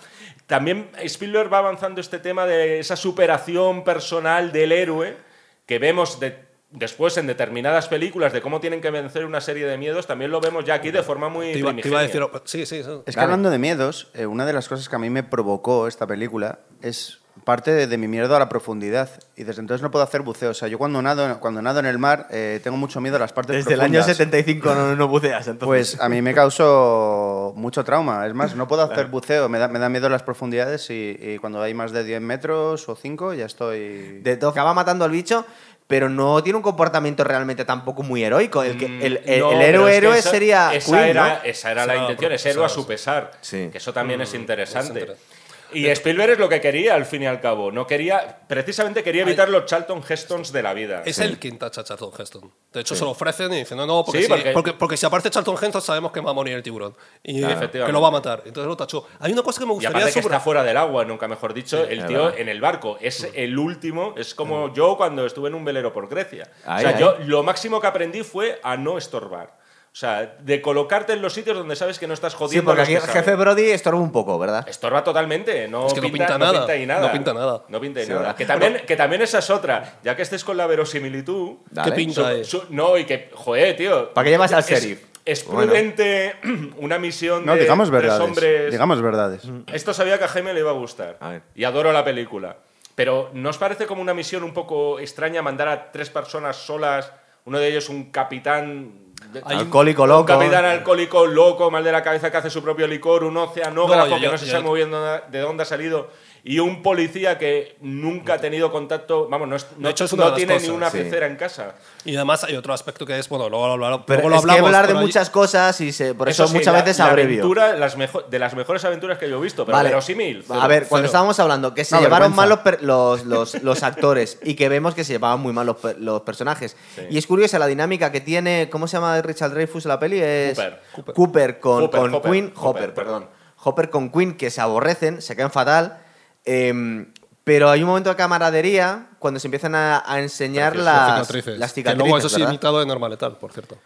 A: También Spielberg va avanzando este tema de esa superación personal del héroe que vemos de- después en determinadas películas de cómo tienen que vencer una serie de miedos. También lo vemos ya aquí de forma muy.
C: Te iba, te iba a
A: primigenia.
C: decir, sí, sí, eso.
D: Es que
B: Dale.
D: hablando de miedos, eh, una de las cosas que a mí me provocó esta película es parte de, de mi miedo a la profundidad. Y desde entonces no puedo hacer buceo. O sea, yo cuando nado, cuando nado en el mar eh, tengo mucho miedo a las partes
B: Desde el año
D: profundas.
B: 75 no, no buceas, entonces.
D: Pues a mí me causó mucho trauma. Es más, no puedo hacer buceo. Me da, me da miedo las profundidades y, y cuando hay más de 10 metros o 5 ya estoy...
B: de todo, acaba matando al bicho, pero no tiene un comportamiento realmente tampoco muy heroico. El, que, el,
A: Mm,
B: el-
A: No,
B: el
A: pero es
B: héroe
A: que
B: héroe
A: esa-
B: sería
A: esa
B: Queen,
A: era,
B: ¿no?
A: Esa era
C: Esa
A: la
C: era la
A: intención, es
C: propuesta,
A: héroe a
C: sí. Mm,
A: su pesar.
B: Sí.
A: Que eso también es interesante.
C: interesante.
A: Y Spielberg es lo que quería al fin y al cabo. No quería, precisamente quería evitar los Charlton Hestons de la vida.
C: Es el quinta a Charlton Heston. De hecho, se lo ofrecen y dicen, no, no, porque,
A: Sí,
C: si,
A: porque-
C: porque... porque si aparece Charlton Heston sabemos que va a morir el tiburón. Y
A: Claro.
C: que lo va a matar. Entonces lo tachó. Hay una cosa que me
A: Y
C: gustaría
A: aparte que
C: sobre-
A: está fuera del agua, nunca mejor dicho, el
B: es
A: tío
B: verdad.
A: en el barco. Es el último, es como yo cuando estuve en un velero por Grecia.
B: Ay,
A: o sea,
B: ay.
A: yo lo máximo que aprendí fue a no estorbar. O sea, de colocarte en los sitios donde sabes que no estás
B: Sí,
A: jodiendo. a
B: porque
A: los
B: aquí
A: que
B: el jefe
A: saben.
B: Brody estorba un poco, ¿verdad?
A: Estorba totalmente, no,
C: Es que no
A: pinta,
C: pinta
A: no
C: nada,
A: pinta y nada.
C: no pinta nada.
A: No pinta y
B: Sí,
A: nada.
B: ¿verdad?
A: Que también, que también esa es otra, ya que estés con la verosimilitud.
B: Da-
C: ¿Qué
B: Dale.
C: pinta ahí?
A: su- su- no, y que, joder, tío.
B: ¿Para qué llamas al
A: es-
B: sheriff?
A: Es
B: Bueno.
A: prudente una misión
D: No,
A: de
D: digamos
A: tres
D: verdades.
A: hombres.
D: Digamos verdades.
B: Mm.
A: Esto sabía que a Jaime le iba a gustar.
B: A ver.
A: Y adoro la película. Pero ¿no os parece como una misión un poco extraña mandar a tres personas solas? Uno de ellos un capitán... de-
C: Hay un-
B: Alcohólico
A: un
B: loco.
A: capitán alcohólico, loco, mal de la cabeza, que hace su propio licor, un oceanógrafo
C: No, yo-
A: que
C: yo-
A: no se
C: yo-
A: sabe muy bien dónde- de dónde ha salido, y un policía que nunca ha tenido contacto, vamos, no, es- no,
C: hecho, es una
A: no
C: de las
A: tiene
C: cosas,
A: ni una
B: sí.
A: pecera en casa.
C: Y además hay otro aspecto que es, bueno, luego lo, hablar-
B: Pero
C: luego lo
B: es que hay
C: hablamos.
B: que hablar de
C: pero hay-
B: muchas cosas y se, por eso,
A: sí,
B: muchas
A: la-
B: veces
A: la
B: abrevio.
A: aventura, las mejo- de las mejores aventuras que yo he visto, pero
B: Vale.
A: verosímil. cero.
B: A ver, cuando
C: cero.
B: estábamos hablando que se
D: Una
B: llevaron mal los,
D: vergüenza.
B: per- los, los- los actores y que vemos que se llevaban muy mal los, per- los personajes. Y es curiosa la dinámica que tiene, ¿cómo se llama Richard Dreyfus en la peli? Es
A: Cooper.
B: Cooper, con,
A: Cooper,
B: con
A: Hopper,
B: Queen, Hopper,
A: Hopper,
B: perdón.
A: perdón.
B: Hopper con Queen que se aborrecen, se caen fatal. eh, pero hay un momento de camaradería cuando se empiezan a, a enseñar
C: Las
B: las,
C: cicatrices.
B: las
C: Que luego eso
B: cicatrices,
C: sí,
B: ¿verdad?
C: imitado de Norma Letal, por cierto.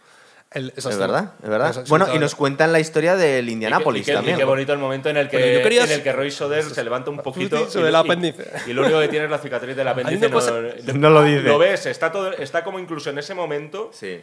C: El- esa
B: Es
C: escena.
B: verdad, es verdad.
C: Esa-
B: bueno,
C: esa-
B: y nos cuentan la historia del
A: Y qué-
B: Indianápolis
A: y qué, y
B: también.
A: qué bonito el momento en el que,
C: Bueno, yo quería-
A: en el que Roy Soder se levanta un poquito.
C: Sobre
A: y-
C: el
A: y-
C: apéndice.
A: Y, lo único que tiene es la cicatriz del apéndice.
C: una cosa-
B: No lo dice.
A: Lo ves, está, todo, está como incluso en ese momento,
B: Sí.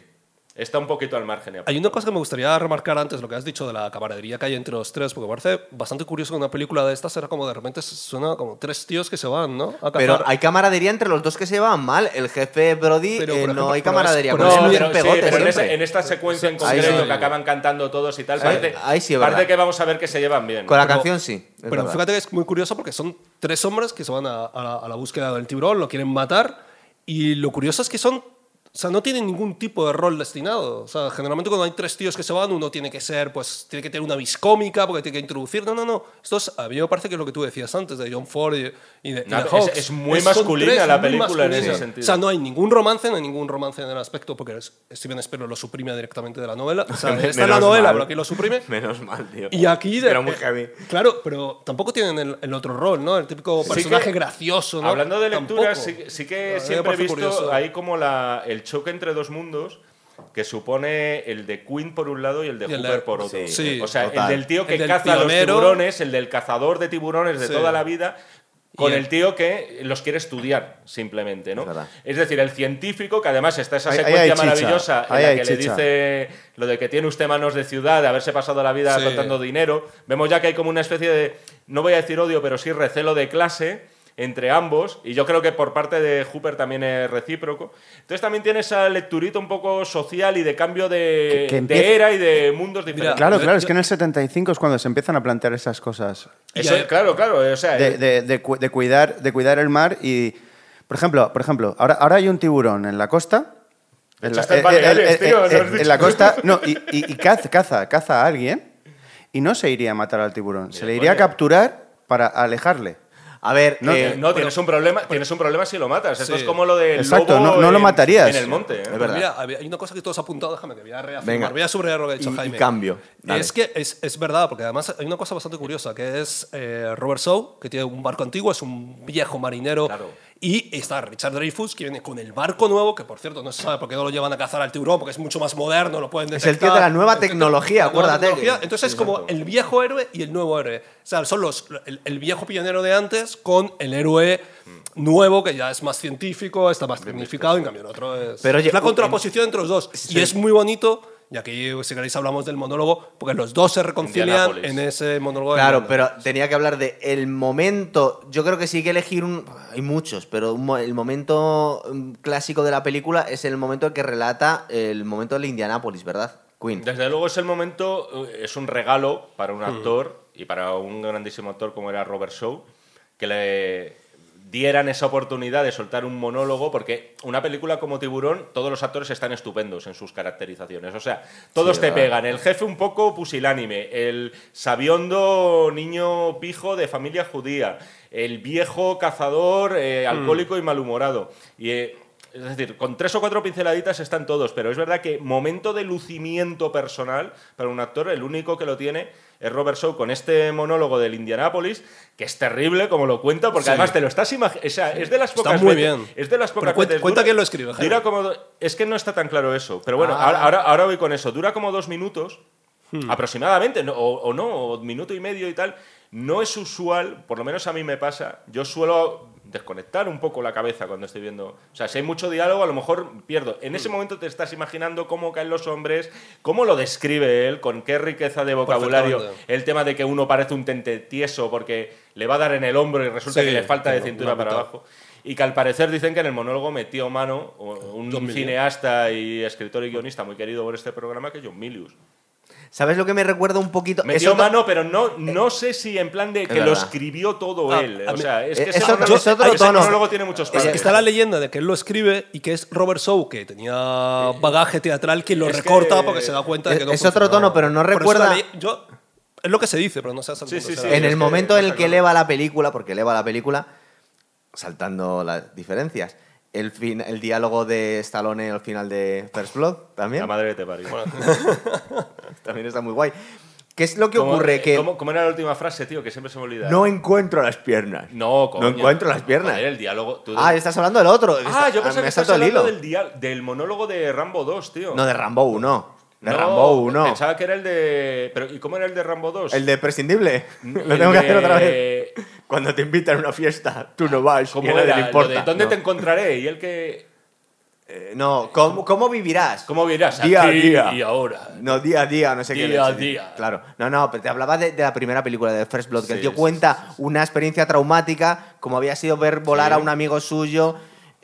A: está un poquito al margen. y aparte.
C: Hay una cosa que me gustaría remarcar antes, lo que has dicho de la camaradería que hay entre los tres, porque me parece bastante curioso que una película de estas era como de repente suena como tres tíos que se van, ¿no? A
B: Pero
C: cazar.
B: hay camaradería entre los dos que se llevan mal. El jefe Brody
C: Pero,
B: eh,
C: por
B: no
C: ejemplo,
B: hay
C: pero
B: camaradería.
C: es-
B: con él
C: pero no,
B: es
C: pero
B: un
A: sí,
B: pegote
A: pero en, esa-
B: siempre.
A: en esta secuencia en
B: sí,
A: concreto
B: sí.
A: que acaban cantando todos y tal,
B: Ahí-
A: parece,
B: ahí sí es
A: parece
B: verdad.
A: que vamos a ver que se llevan bien.
B: Con la
C: Pero-
B: canción sí. es
C: Pero
B: verdad.
C: fíjate que es muy curioso porque son tres hombres que se van a, a la, a la búsqueda del tiburón, lo quieren matar y lo curioso es que son, o sea, no tienen ningún tipo de rol destinado. O sea, generalmente cuando hay tres tíos que se van, uno tiene que ser, pues, tiene que tener una vis cómica porque tiene que introducir. No, no, no. Esto es, a mí me parece que es lo que tú decías antes de John Ford y, y de, y
A: No,
C: de
A: es-
C: Hawks.
A: es muy
C: son
A: masculina
C: tres
A: la
C: muy
A: película en ese
C: masculinos.
A: sentido.
C: O sea, no hay ningún romance, no hay ningún romance en el aspecto porque es- Steven Spielberg lo suprime directamente de la novela. O sea, está en la
B: Menos
C: novela,
B: mal.
C: pero aquí lo suprime.
B: Menos mal, tío.
C: Y aquí. de-
B: Era muy heavy.
C: Claro, pero tampoco tienen el, el otro rol, ¿no? El típico personaje
A: que-
C: gracioso, ¿no?
A: Hablando de lecturas, sí, sí
C: Tampoco. A mí
A: que
C: me
A: siempre he
C: parece
A: visto
C: curioso.
A: ahí como la, el choque entre dos mundos que supone el de Queen por un lado y el de
C: Y el de-
A: Hooper por otro.
C: sí,
A: o sea,
B: total.
A: el del tío que
C: El del
A: caza
C: pionero.
A: los tiburones, el del cazador de tiburones de
C: Sí.
A: toda la vida, con
C: Y
A: el,
C: el-
A: tío que los quiere estudiar simplemente, ¿no?
B: Es verdad.
A: Es decir, el científico, que además está esa
D: Ahí- ahí
A: secuencia
D: hay chicha.
A: maravillosa en
D: Ahí
A: la
D: hay
A: que le
D: chicha.
A: dice lo de que tiene usted manos de ciudad, de haberse pasado la vida
C: Sí.
A: contando dinero. Vemos ya que hay como una especie de, no voy a decir odio, pero sí recelo de clase entre ambos. Y yo creo que por parte de Hooper también es recíproco. Entonces también tiene esa lecturita un poco social y de cambio de,
D: Que- que
A: de
D: empieza-
A: era y de mundos diferentes.
D: Claro,
C: Yo-
D: claro, es
C: yo-
D: que en el 75 es cuando se empiezan a plantear esas cosas.
A: Eso-
C: Y hay-
A: claro, claro. O sea, eh,
D: de, de- de cu- de cuidar, de cuidar el mar y, por ejemplo, por ejemplo ahora, ahora hay un tiburón en la costa. En la, eh,
A: Echaste el Baleares, tío, no has
D: en- en
A: dicho.
D: la costa, no, y, y- y caz- caza, caza a alguien y no se iría a matar al tiburón, se le iría a
A: coña.
D: capturar para alejarle.
B: A ver,
A: No,
B: eh,
A: te- no, tienes, un problema, tienes un problema si lo matas. Esto
C: Sí.
A: es como lo del
D: Exacto,
A: lobo
D: no- no lo
A: en-
D: matarías.
A: En el monte. ¿eh?
B: Es verdad.
C: Mira, había- hay una cosa que todos apuntado, déjame que voy a reafirmar,
B: Venga.
C: voy a subrayar lo que ha dicho
B: Y- y
C: Jaime.
B: cambio, dale.
C: Es que es, es verdad, porque además hay una cosa bastante curiosa, que es eh, Robert Shaw, que tiene un barco antiguo, es un viejo marinero,
A: Claro.
C: y está Richard Dreyfus, que viene con el barco nuevo, que por cierto no se sabe por qué no lo llevan a cazar al tiburón, porque es mucho más moderno, lo pueden
B: Es
C: detectar.
B: el tío de la nueva
C: El tío-
B: tecnología,
C: la nueva
B: acuérdate que-
C: tecnología. Entonces es como el viejo héroe y el nuevo héroe. O sea, son los, el, el viejo pionero de antes con el héroe nuevo que ya es más científico, está más tecnificado, en cambio el otro es...
B: Pero oye,
C: es la
B: u-
C: contraposición entre los dos.
B: Sí.
C: Y es muy bonito, y aquí si queréis hablamos del monólogo, porque los dos se reconcilian
A: Indianápolis.
C: en ese monólogo. de
B: Claro,
C: Indiana.
B: pero tenía que hablar de el momento. Yo creo que sí hay que elegir un. Hay muchos, pero un mo- el momento mm, clásico de la película es el momento que relata el momento de Indianápolis, ¿verdad? Queen.
A: Desde luego es el momento, eh, es un regalo para un actor y para un grandísimo actor como era Robert Shaw, que le dieran esa oportunidad de soltar un monólogo, porque una película como Tiburón, todos los actores están estupendos en sus caracterizaciones. O sea, todos
B: Sí,
A: te
B: ¿verdad?
A: pegan. El jefe un poco pusilánime, el sabiondo niño pijo de familia judía, el viejo cazador
B: Mm.
A: eh, alcohólico y malhumorado. Y, eh, es decir, con tres o cuatro pinceladitas están todos, pero es verdad que momento de lucimiento personal para un actor, el único que lo tiene es Robert Shaw con este monólogo del Indianapolis, que es terrible como lo cuenta, porque
C: Sí.
A: además te lo estás imaginando. O sea, es de las
C: Está
A: pocas
C: muy
A: veces-
C: bien.
A: Es de las pocas
C: Pero cuenta-
A: veces-
C: cuenta
A: dura-
C: quién lo escribe, Jaime.
A: dura como do- es que no está tan claro eso, pero bueno,
B: Ah.
A: ahora, ahora, ahora voy con eso. Dura como dos minutos,
C: Hmm.
A: aproximadamente, no- o, o no, o minuto y medio y tal. No es usual, por lo menos a mí me pasa, yo suelo desconectar un poco la cabeza cuando estoy viendo. O sea, si hay mucho diálogo, a lo mejor pierdo. En
C: Hmm.
A: ese momento te estás imaginando cómo caen los hombres, cómo lo describe él, con qué riqueza de vocabulario.
C: Perfectamente.
A: El tema de que uno parece un tente tieso porque le va a dar en el hombro y resulta
C: Sí,
A: que le falta de
C: claro,
A: cintura
C: una
A: para
C: mitad.
A: abajo. Y que al parecer dicen que en el monólogo metió mano o- un
C: John Milius.
A: cineasta y escritor y guionista muy querido por este programa que es John Milius.
B: ¿Sabes lo que me recuerda un poquito?
A: Metió
B: otro-
A: mano, pero no, no sé si en plan de que lo
B: eh, verdad.
A: escribió todo
C: Ah,
A: él.
C: a
A: O
C: mí-
A: sea, es
B: eh,
A: que
B: es
A: ese
B: otro-
A: monólogo-
B: es otro
A: ese
B: tono.
A: monólogo tiene muchos
C: Es
A: pasos.
C: que está la leyenda de que él lo escribe y que es Robert Shaw, que tenía bagaje teatral, que lo
A: Es que-
C: recorta porque se da cuenta de que no
B: Es otro
C: funcionaba.
B: tono, pero no
C: Por eso
B: recuerda-
C: la ley- yo, es lo que se dice, pero no se hace
A: Sí, sí, sí.
B: en
A: es
B: el
A: que
B: momento
A: no
B: en el
A: está
B: que
A: claro.
B: eleva la película, porque eleva la película, saltando las diferencias. El, fin, el diálogo de Stallone al final de First Blood también.
A: La madre que te parió.
B: También está muy guay. ¿Qué es lo que
A: ¿Cómo-
B: ocurre? Que
A: ¿cómo, cómo era la última frase, tío? Que siempre se me olvida.
B: no encuentro las piernas.
A: no, coño.
B: No encuentro las piernas.
A: Joder, el diálogo. tú-
B: Ah, estás hablando del otro.
A: Ah, yo
B: pensé
A: pensaba que estabas hablando del, dia- del monólogo de Rambo 2, tío.
B: No, de Rambo 1. De
A: No,
B: Rambo 1.
A: Pensaba que era el de. Pero, ¿Y cómo era el de Rambo 2?
B: El de prescindible. Lo
A: Mm, El
B: tengo que hacer
A: de-
B: otra vez. Cuando te invitan a una fiesta, tú no vas. y
A: ¿Cómo
B: a nadie
A: era?
B: le
A: Lo de,
B: importa.
A: ¿Dónde
B: no.
A: te encontraré? Y el que.
B: Eh, no, ¿cómo, cómo vivirás?
A: ¿Cómo dirás?
B: Día a
A: Aquí
B: día.
A: Y ahora.
B: No, día a día, no sé qué.
A: Día a
B: leche,
A: día.
B: tío. Claro. No, no, pero te hablaba de, de la primera película de First Blood, que el
A: Sí,
B: tío
A: sí,
B: cuenta una experiencia traumática, como había sido ver volar
A: Sí.
B: a un amigo suyo.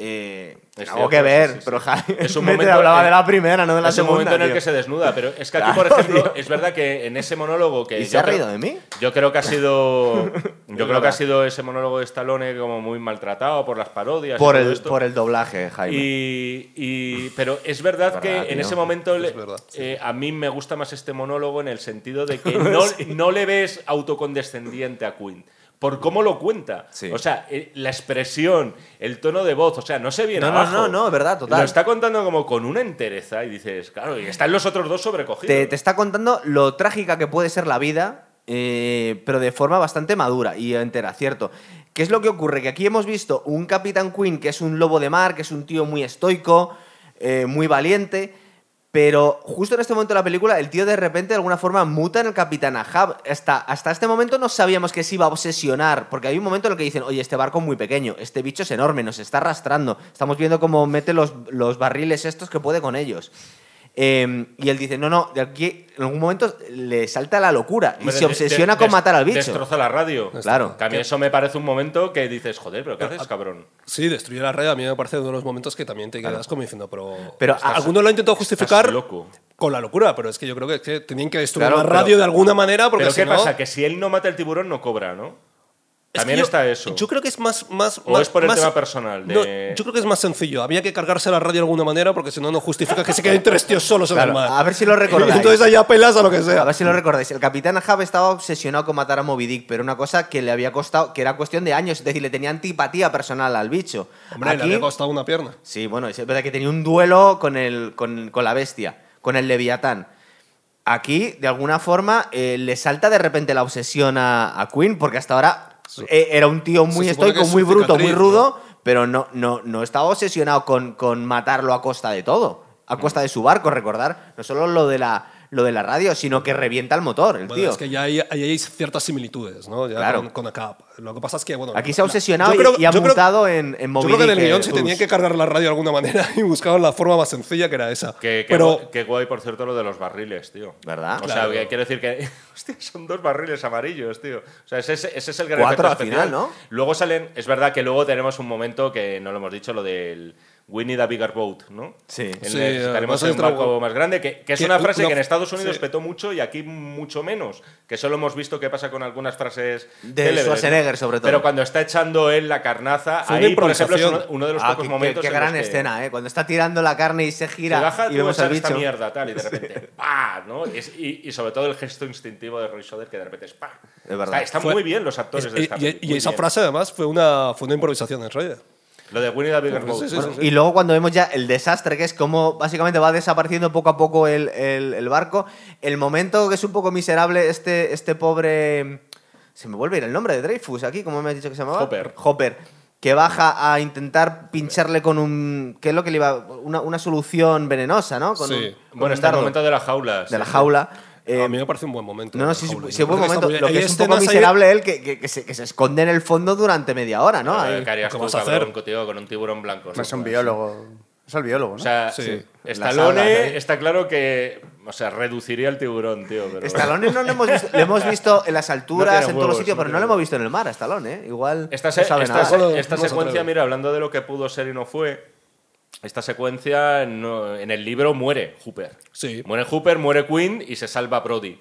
B: Eh,
A: Es cierto,
B: algo que ver,
A: sí, sí, sí.
B: pero Javi,
A: Es un
B: me te
A: momento
B: hablaba
A: en-
B: de la primera, no de la
A: es un
B: segunda.
A: momento en el
B: tío.
A: que se desnuda, pero es que aquí, por
B: Claro,
A: ejemplo,
B: tío.
A: es verdad que en ese monólogo que.
B: ¿Y
A: yo
B: se ha
A: creo-
B: reído de mí?
A: Yo creo que ha sido. Yo creo que
B: verdad.
A: ha sido ese monólogo de Stallone como muy maltratado por las parodias. y
B: Por
A: todo
B: el,
A: esto.
B: por el doblaje, Jaime.
A: Y, y- pero es verdad,
B: Es
A: que
B: verdad,
A: en
B: tío.
A: ese momento le-
C: verdad,
A: eh, a mí me gusta más este monólogo en el sentido de que no, no le ves autocondescendiente a Quinn. Por cómo lo cuenta.
B: Sí.
A: O sea, eh, la expresión, el tono de voz, o sea, no se viene
B: No, no,
A: abajo.
B: no, no, es verdad, total.
A: Lo está contando como con una entereza y dices, claro, y están los otros dos sobrecogidos.
B: te, te está contando lo trágica que puede ser la vida, eh, pero de forma bastante madura y entera, ¿cierto? ¿Qué es lo que ocurre? Que aquí hemos visto un Capitán Queen que es un lobo de mar, que es un tío muy estoico, eh, muy valiente, pero justo en este momento de la película el tío de repente de alguna forma muta en el Capitán Ahab. Hasta, hasta este momento no sabíamos que se iba a obsesionar, porque hay un momento en el que dicen, oye, este barco es muy pequeño, este bicho es enorme, nos está arrastrando, estamos viendo cómo mete los, los barriles estos que puede con ellos. Eh, y él dice, no, no, de aquí en algún momento le salta la locura y
A: Hombre,
B: se
A: de-
B: obsesiona
A: de-
B: con
A: des-
B: matar al bicho.
A: Destroza la radio.
B: Claro.
A: Que a mí eso me parece un momento que dices, joder, pero ¿qué haces, cabrón?
C: Sí, destruir la red a mí me parece uno de los momentos que también te quedas como diciendo, pero,
B: Pero
C: Estás-
B: a-
C: algunos lo han intentado justificar
A: loco.
C: con la locura, pero es que yo creo que, es que tenían que destruir
B: Claro,
C: la
B: pero-
C: radio de alguna manera porque
A: Pero
C: si
A: ¿qué
C: no-
A: pasa? Que si él no mata el tiburón no cobra, ¿no?
C: Es que
A: También
C: yo-
A: está eso.
C: Yo creo que es más. más
A: O
C: más-
A: es por el
C: más-
A: tema personal de-
C: No, yo creo que es más sencillo. Había que cargarse la radio de alguna manera porque si no, no justifica que se queden tres tíos solos
B: Claro,
C: en el mar.
B: a ver si lo recordáis.
C: Entonces ahí apelas a lo que sea.
B: A ver si lo recordáis. El capitán Ahab estaba obsesionado con matar a Moby Dick, pero una cosa que le había costado, que era cuestión de años, es decir, le tenía antipatía personal al bicho.
C: Hombre, le
B: Aquí-
C: había costado una pierna.
B: Sí, bueno, es verdad que tenía un duelo con, el, con, con la bestia, con el leviatán. Aquí, de alguna forma, eh, le salta de repente la obsesión a, a Quinn, porque hasta ahora eh, era un tío muy
C: supone que
B: estoico,
C: es
B: muy
C: su
B: bruto, muy
C: cicatriz,
B: rudo, pero no, no, no estaba obsesionado con, con matarlo a costa de todo, a costa de su barco, recordar, no solo lo de la, lo de la radio, sino que revienta el motor, el
C: Bueno,
B: tío.
C: es que ya hay, ahí hay ciertas similitudes, ¿no? Ya
B: Claro.
C: con, con Acap. Lo que pasa es que, bueno.
B: Aquí se ha
C: la-
B: obsesionado
C: yo
B: y-
C: creo-
B: y ha
C: yo creo-
B: mutado en, en
C: Yo
B: Moby
C: creo que en el
B: Dick,
C: guión
B: eh,
C: se tenía
B: Zeus.
C: que cargar la radio de alguna manera y buscaban la forma más sencilla que era esa.
A: Que, que
C: Pero
A: gu- que guay, por cierto, lo de los barriles, tío.
B: ¿Verdad?
A: O
C: Claro.
A: sea, que quiero decir que. Hostia, son dos barriles amarillos, tío. O sea, ese, ese- ese es el gran efecto
B: Cuatro al
A: especial.
B: final, ¿no?
A: Luego salen. Es verdad que luego tenemos un momento que no lo hemos dicho, lo del. We need a bigger boat, ¿no?
B: Sí.
A: En-
C: Sí, eh, además
A: necesitaremos
C: es
A: un barco
C: trago-
A: más grande, que, que es
C: Que
A: una
C: u-
A: frase
C: no-
A: que en Estados Unidos
C: sí.
A: petó mucho y aquí mucho menos. Que solo hemos visto qué pasa con algunas frases
B: De
A: célebres, ¿no?
B: Schwarzenegger, sobre todo.
A: Pero cuando está echando él la carnaza,
C: Fue una
A: ahí, por ejemplo, es uno,
C: improvisación.
A: uno de los
B: Ah,
A: pocos
B: qué- qué-
A: momentos.
B: Qué,
A: en
B: gran
A: los que-
B: escena, ¿eh? Cuando está tirando la carne y se gira
A: te baja
B: y vemos
A: tú
B: al
A: echar
B: bicho.
A: esta mierda tal y de repente pa no Es- y, y sobre todo el gesto instintivo de Roy Soder que de repente es pa
B: Es verdad.
A: está, están
C: Fue-
A: muy bien los actores
C: es-
A: de
C: y-
A: esta
C: y-
A: peli,
C: y,
A: muy
C: esa
A: bien.
C: frase, además, fue una, fue una improvisación en realidad.
A: lo de Winnie the Bigger
C: Sí, sí, sí,
A: Bueno,
C: sí.
B: Y luego cuando vemos ya el desastre, que es como básicamente va desapareciendo poco a poco el, el- el barco, el momento que es un poco miserable, este, este pobre... Se me vuelve a ir el nombre de Dreyfus aquí, ¿cómo me has dicho que se llamaba?
A: Hopper.
B: Hopper. Que baja a intentar pincharle con un... ¿Qué es lo que le iba...? Una, una solución venenosa, ¿no? Con
C: Sí.
B: un- con
A: bueno
B: un
A: está el
B: dardo
A: momento de la jaula sí. Ah,
B: de la jaula. Eh,
C: a mí me parece un buen momento.
B: No, no, sí, sí,
C: Howley.
B: sí,
C: Me
B: buen
C: parece
B: momento.
C: está muy bien.
B: Lo que
C: Hay
B: es un
A: este
B: poco
C: escenas ahí-
B: miserable él que, que- que se, que se esconde en el fondo durante media hora, ¿no?
A: A ver,
B: Ahí.
A: ¿qué harías
C: ¿Qué
A: tú,
C: vas a
A: cabrón,
C: hacer?
A: con- tío, con un tiburón blanco
D: Más
A: ¿no?
D: un biólogo. Es el biólogo, ¿no?
A: o sea
C: Sí.
A: sí.
D: Las
A: Stallone
D: alas, ¿eh?
A: está claro que o sea reduciría el tiburón tío pero
B: Stallone no lo hemos visto, le hemos visto en las alturas, en
A: tiene
B: todos los
A: huevos,
B: sitios,
A: no
B: pero no lo
A: tiene
B: hemos visto en el mar a Stallone, ¿eh? Igual
A: Esta, se-
B: no sabe
A: esta
B: nada.
A: se-
C: Solo
A: esta
C: no se
A: secuencia,
C: atreve.
A: mira, hablando de lo que pudo ser y no fue, esta secuencia no- en el libro muere Hooper.
C: Sí.
A: Muere Hooper, muere Quinn y se salva Brody.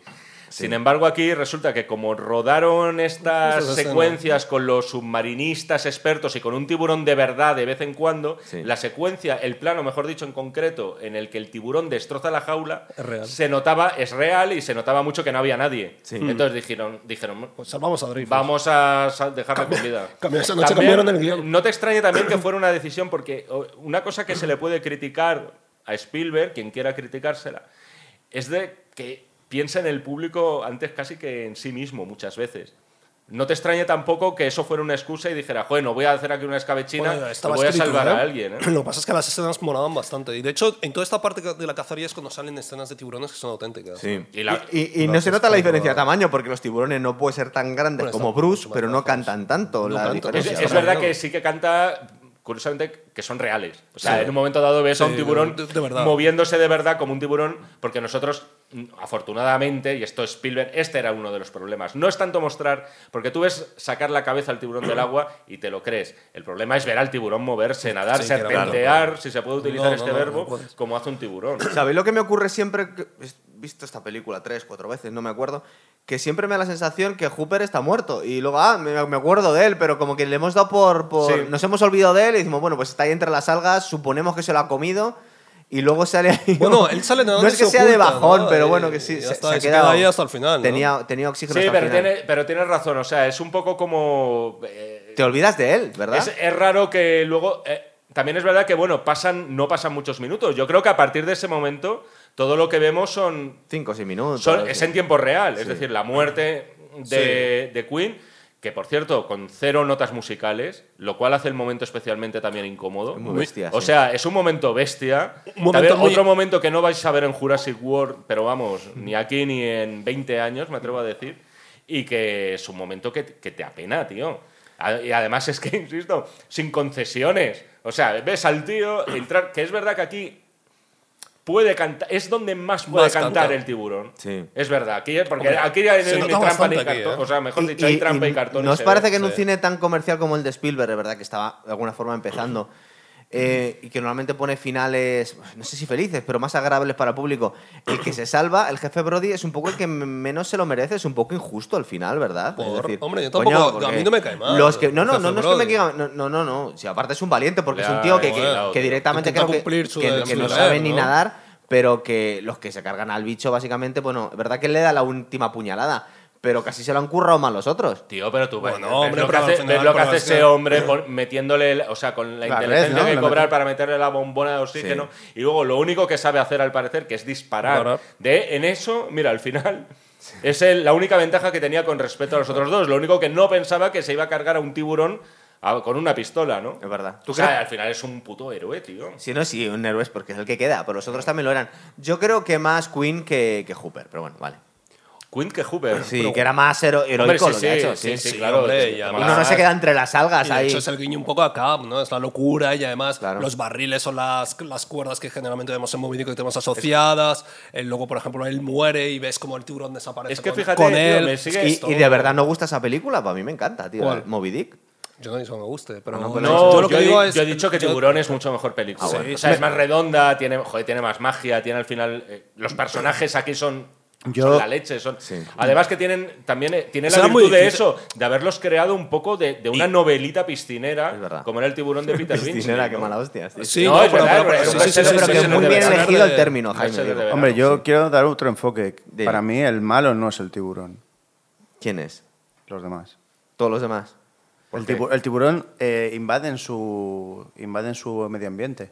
A: Sin embargo, aquí resulta que como rodaron estas
C: Esas escenas.
A: secuencias con los submarinistas expertos y con un tiburón de verdad de vez en cuando,
B: Sí.
A: la secuencia, el plano, mejor dicho, en concreto, en el que el tiburón destroza la jaula,
C: Es real.
A: se notaba, es real y se notaba mucho que no había nadie.
B: Sí.
A: Entonces dijeron, dijeron
C: Pues salvamos a Dreyfus.
A: Vamos a sal- dejarla con vida.
C: cambia- esa noche cambiaron el guión.
A: No te extrañe también que fuera una decisión, porque o, una cosa que se le puede criticar a Spielberg, quien quiera criticársela, es de que piensa en el público antes casi que en sí mismo muchas veces. No te extrañe tampoco que eso fuera una excusa y dijera, bueno, voy a hacer aquí una escabechina,
C: Bueno,
A: y
C: estaba
A: voy a
C: escrito,
A: salvar
C: ¿eh?
A: a alguien. ¿eh?
C: Lo que pasa es que las escenas moraban bastante. Y de hecho, en toda esta parte de la cazaría es cuando salen escenas de tiburones que son auténticas.
A: Y la-
B: Y, y- y no se nota la diferencia de tamaño porque los tiburones no pueden ser tan grandes
C: Bueno,
B: como
C: están
B: Bruce,
C: mucho más
B: pero no
C: bajos.
B: cantan tanto.
C: No
B: la
C: tanto.
A: Es,
B: diferencia.
A: es
C: Está
A: verdad
C: bien,
A: que
C: ¿no?
A: sí que canta, curiosamente, que son reales. O sea,
C: Sí.
A: en un momento dado ves a un
C: Sí,
A: tiburón
C: de- de verdad.
A: moviéndose de verdad como un tiburón, porque nosotros, mm, afortunadamente, y esto es Spielberg, este era uno de los problemas. No es tanto mostrar, porque tú ves sacar la cabeza al tiburón del agua y te lo crees. El problema es ver al tiburón moverse, nadar,
C: Sí, claro,
A: serpentear, si se puede utilizar
C: No, no,
A: este
C: no, no
A: verbo,
C: puedes.
A: como hace un tiburón.
B: ¿Sabéis lo que me ocurre siempre? que- He visto esta película tres, cuatro veces, no me acuerdo. Que siempre me da la sensación que Hooper está muerto. Y luego, ah, me, me acuerdo de él, pero como que le hemos dado por. por-
A: Sí.
B: Nos hemos olvidado de él y decimos, bueno, pues está ahí entre las algas, suponemos que se lo ha comido. Y luego sale ahí.
C: Bueno, él sale de
B: No
C: donde
B: es que
C: se
B: sea de
C: oculta,
B: bajón,
C: ¿no?
B: pero
C: Y-
B: bueno, que sí.
C: y ya
B: se,
C: está,
B: se
C: y
B: ha
C: se queda
B: quedado
C: ahí hasta el final, ¿no?
B: Tenía, tenía oxígeno.
A: Sí,
B: hasta el
A: pero,
B: final.
A: tiene- pero tienes razón, o sea, es un poco como... eh,
B: Te olvidas de él, ¿verdad?
A: Es, es raro que luego. eh, también es verdad que, bueno, pasan, no pasan muchos minutos. Yo creo que a partir de ese momento, todo lo que vemos son.
B: Cinco o seis minutos.
A: son-
B: algo
A: es
B: así.
A: en tiempo real. Es decir, la muerte de, de Queen, que por cierto, con cero notas musicales, lo cual hace el momento especialmente también incómodo.
B: Es muy bestia,
A: O
B: sí.
A: sea, es un momento bestia.
C: Un momento
A: También
C: muy-
A: Otro momento que no vais a ver en Jurassic World, pero vamos, ni aquí ni en 20 años, me atrevo a decir. Y que es un momento que, que te apena, tío. A- Y además es que, insisto, sin concesiones. O sea, ves al tío entrar, que es verdad que aquí puede cantar, es donde más puede
C: Más
A: cantar
C: canta.
A: el tiburón.
B: Sí.
A: Es verdad, aquí, porque
C: Hombre,
A: aquí ya no
C: se
A: hay ni
C: nota
A: trampa ni
C: bastante aquí,
A: cartón.
C: ¿eh?
A: O sea, mejor
B: Y-
A: dicho, hay
B: y-
A: trampa y,
B: y
A: cartón. y
B: ¿No os
A: se
B: parece
A: ve.
B: que en un
C: sí.
B: cine tan comercial como el de Spielberg, es verdad que estaba de alguna forma empezando, eh, y que normalmente pone finales, pues, no sé si felices, pero más agradables para el público. El que se salva, el jefe Brody, es un poco el que m- menos se lo merece, es un poco injusto al final, ¿verdad? Es
C: Por- hombre, yo tampoco- a
B: porque
C: mí no me cae mal
B: Los que, no, no,
C: el
B: no,
C: jefe
B: no es que me
C: Brody.
B: caiga- no, no, no, no. Si aparte es un valiente porque es
A: Ya,
B: un tío que, que-
A: bueno,
B: que directamente
C: intenta
B: creo que,
C: cumplir su-
B: que- que
C: su
B: no
C: deber,
B: sabe ni
C: ¿no?
B: nadar, pero que los que se cargan al bicho, básicamente, bueno, es verdad que él le da la última puñalada, pero casi se lo han currado mal los otros.
A: Tío, pero tú ves-
C: Bueno,
A: ves
C: hombre,
A: lo que
C: pero
A: hace,
C: al final,
A: ves lo que
C: pero
A: hace
C: es
A: ese
C: que-
A: hombre por- metiéndole, el- o sea, con la,
D: La red,
A: inteligencia
D: ¿no?
A: que hay
D: La
A: que cobrar
D: mete-
A: para meterle la bombona de oxígeno. Y luego lo único que sabe hacer al parecer, que es disparar.
C: Disparar.
A: De en eso, mira, al final es el- la única ventaja que tenía con respecto a los otros dos. Lo único que no pensaba que se iba a cargar a un tiburón a- con una pistola, ¿no?
B: Es verdad.
A: Tú
B: O sea,
A: sabes, al final es un puto héroe, tío.
B: Si no, sí, un héroe es porque es el que queda, pero los otros también lo eran. Yo creo que más Queen que, que Hooper, pero bueno, vale.
A: Quinn que Hooper.
B: Sí, que era más hero-
A: sí,
B: heroico lo que
A: sí,
B: ha hecho.
A: sí,
B: Sí,
A: sí,
C: sí,
A: claro.
C: hombre,
A: es-
C: y
A: como
B: Uno
C: además-
B: no
A: las-
B: se queda entre las
C: Y
B: algas
C: de
B: ahí.
C: hecho es el guiño un poco a Cap, ¿no? Es la locura y además
B: Claro.
C: los barriles son las, las cuerdas que generalmente vemos en movimiento que tenemos asociadas. Eh, luego, por ejemplo, él muere y ves como el tiburón desaparece
A: Es que
C: con,
A: fíjate,
C: con
A: tío,
C: él.
A: me sigue-
B: Y-
A: esto,
B: y, de verdad no gusta esa película, para mí me encanta, tío.
C: ¿Cuál?
B: Moby Dick.
C: Yo no he dicho que me guste, pero
B: No,
A: No,
C: yo lo que
A: he di-
C: digo es...
A: yo he dicho que
C: yo-
A: Tiburón es mucho mejor película.
C: Ah, bueno.
A: O sea, es más redonda, tiene, joder, tiene más magia, tiene al final... eh, los personajes aquí son...
D: Yo-
A: son la leche, son. Además que tienen también eh, tiene la
C: Será muy
A: virtud de
C: difícil.
A: eso, de haberlos creado un poco de, de una novelita piscinera,
B: Es verdad.
A: como era el tiburón de Peter Lynch.
B: Piscinera, qué mala hostia. sí.
C: Sí,
A: No,
C: no,
A: es
C: pero,
A: verdad,
C: pero-
A: pero
C: sí,
A: es
C: sí,
A: un
C: sí, sí,
B: pero
C: sí,
B: que
C: sí,
B: muy
C: sí,
B: bien
C: sí, sí, sí,
B: elegido
C: sí,
B: el término,
A: Jaime,
B: Jaime.
A: digo.
B: digo.
D: Hombre, yo
B: Sí.
D: quiero dar otro enfoque.
B: Dime.
D: Para mí el malo no es el tiburón,
B: ¿Quién es?
D: los demás.
B: Todos los demás.
D: El, tibu- el tiburón eh, invade, en su, invade en su medio ambiente.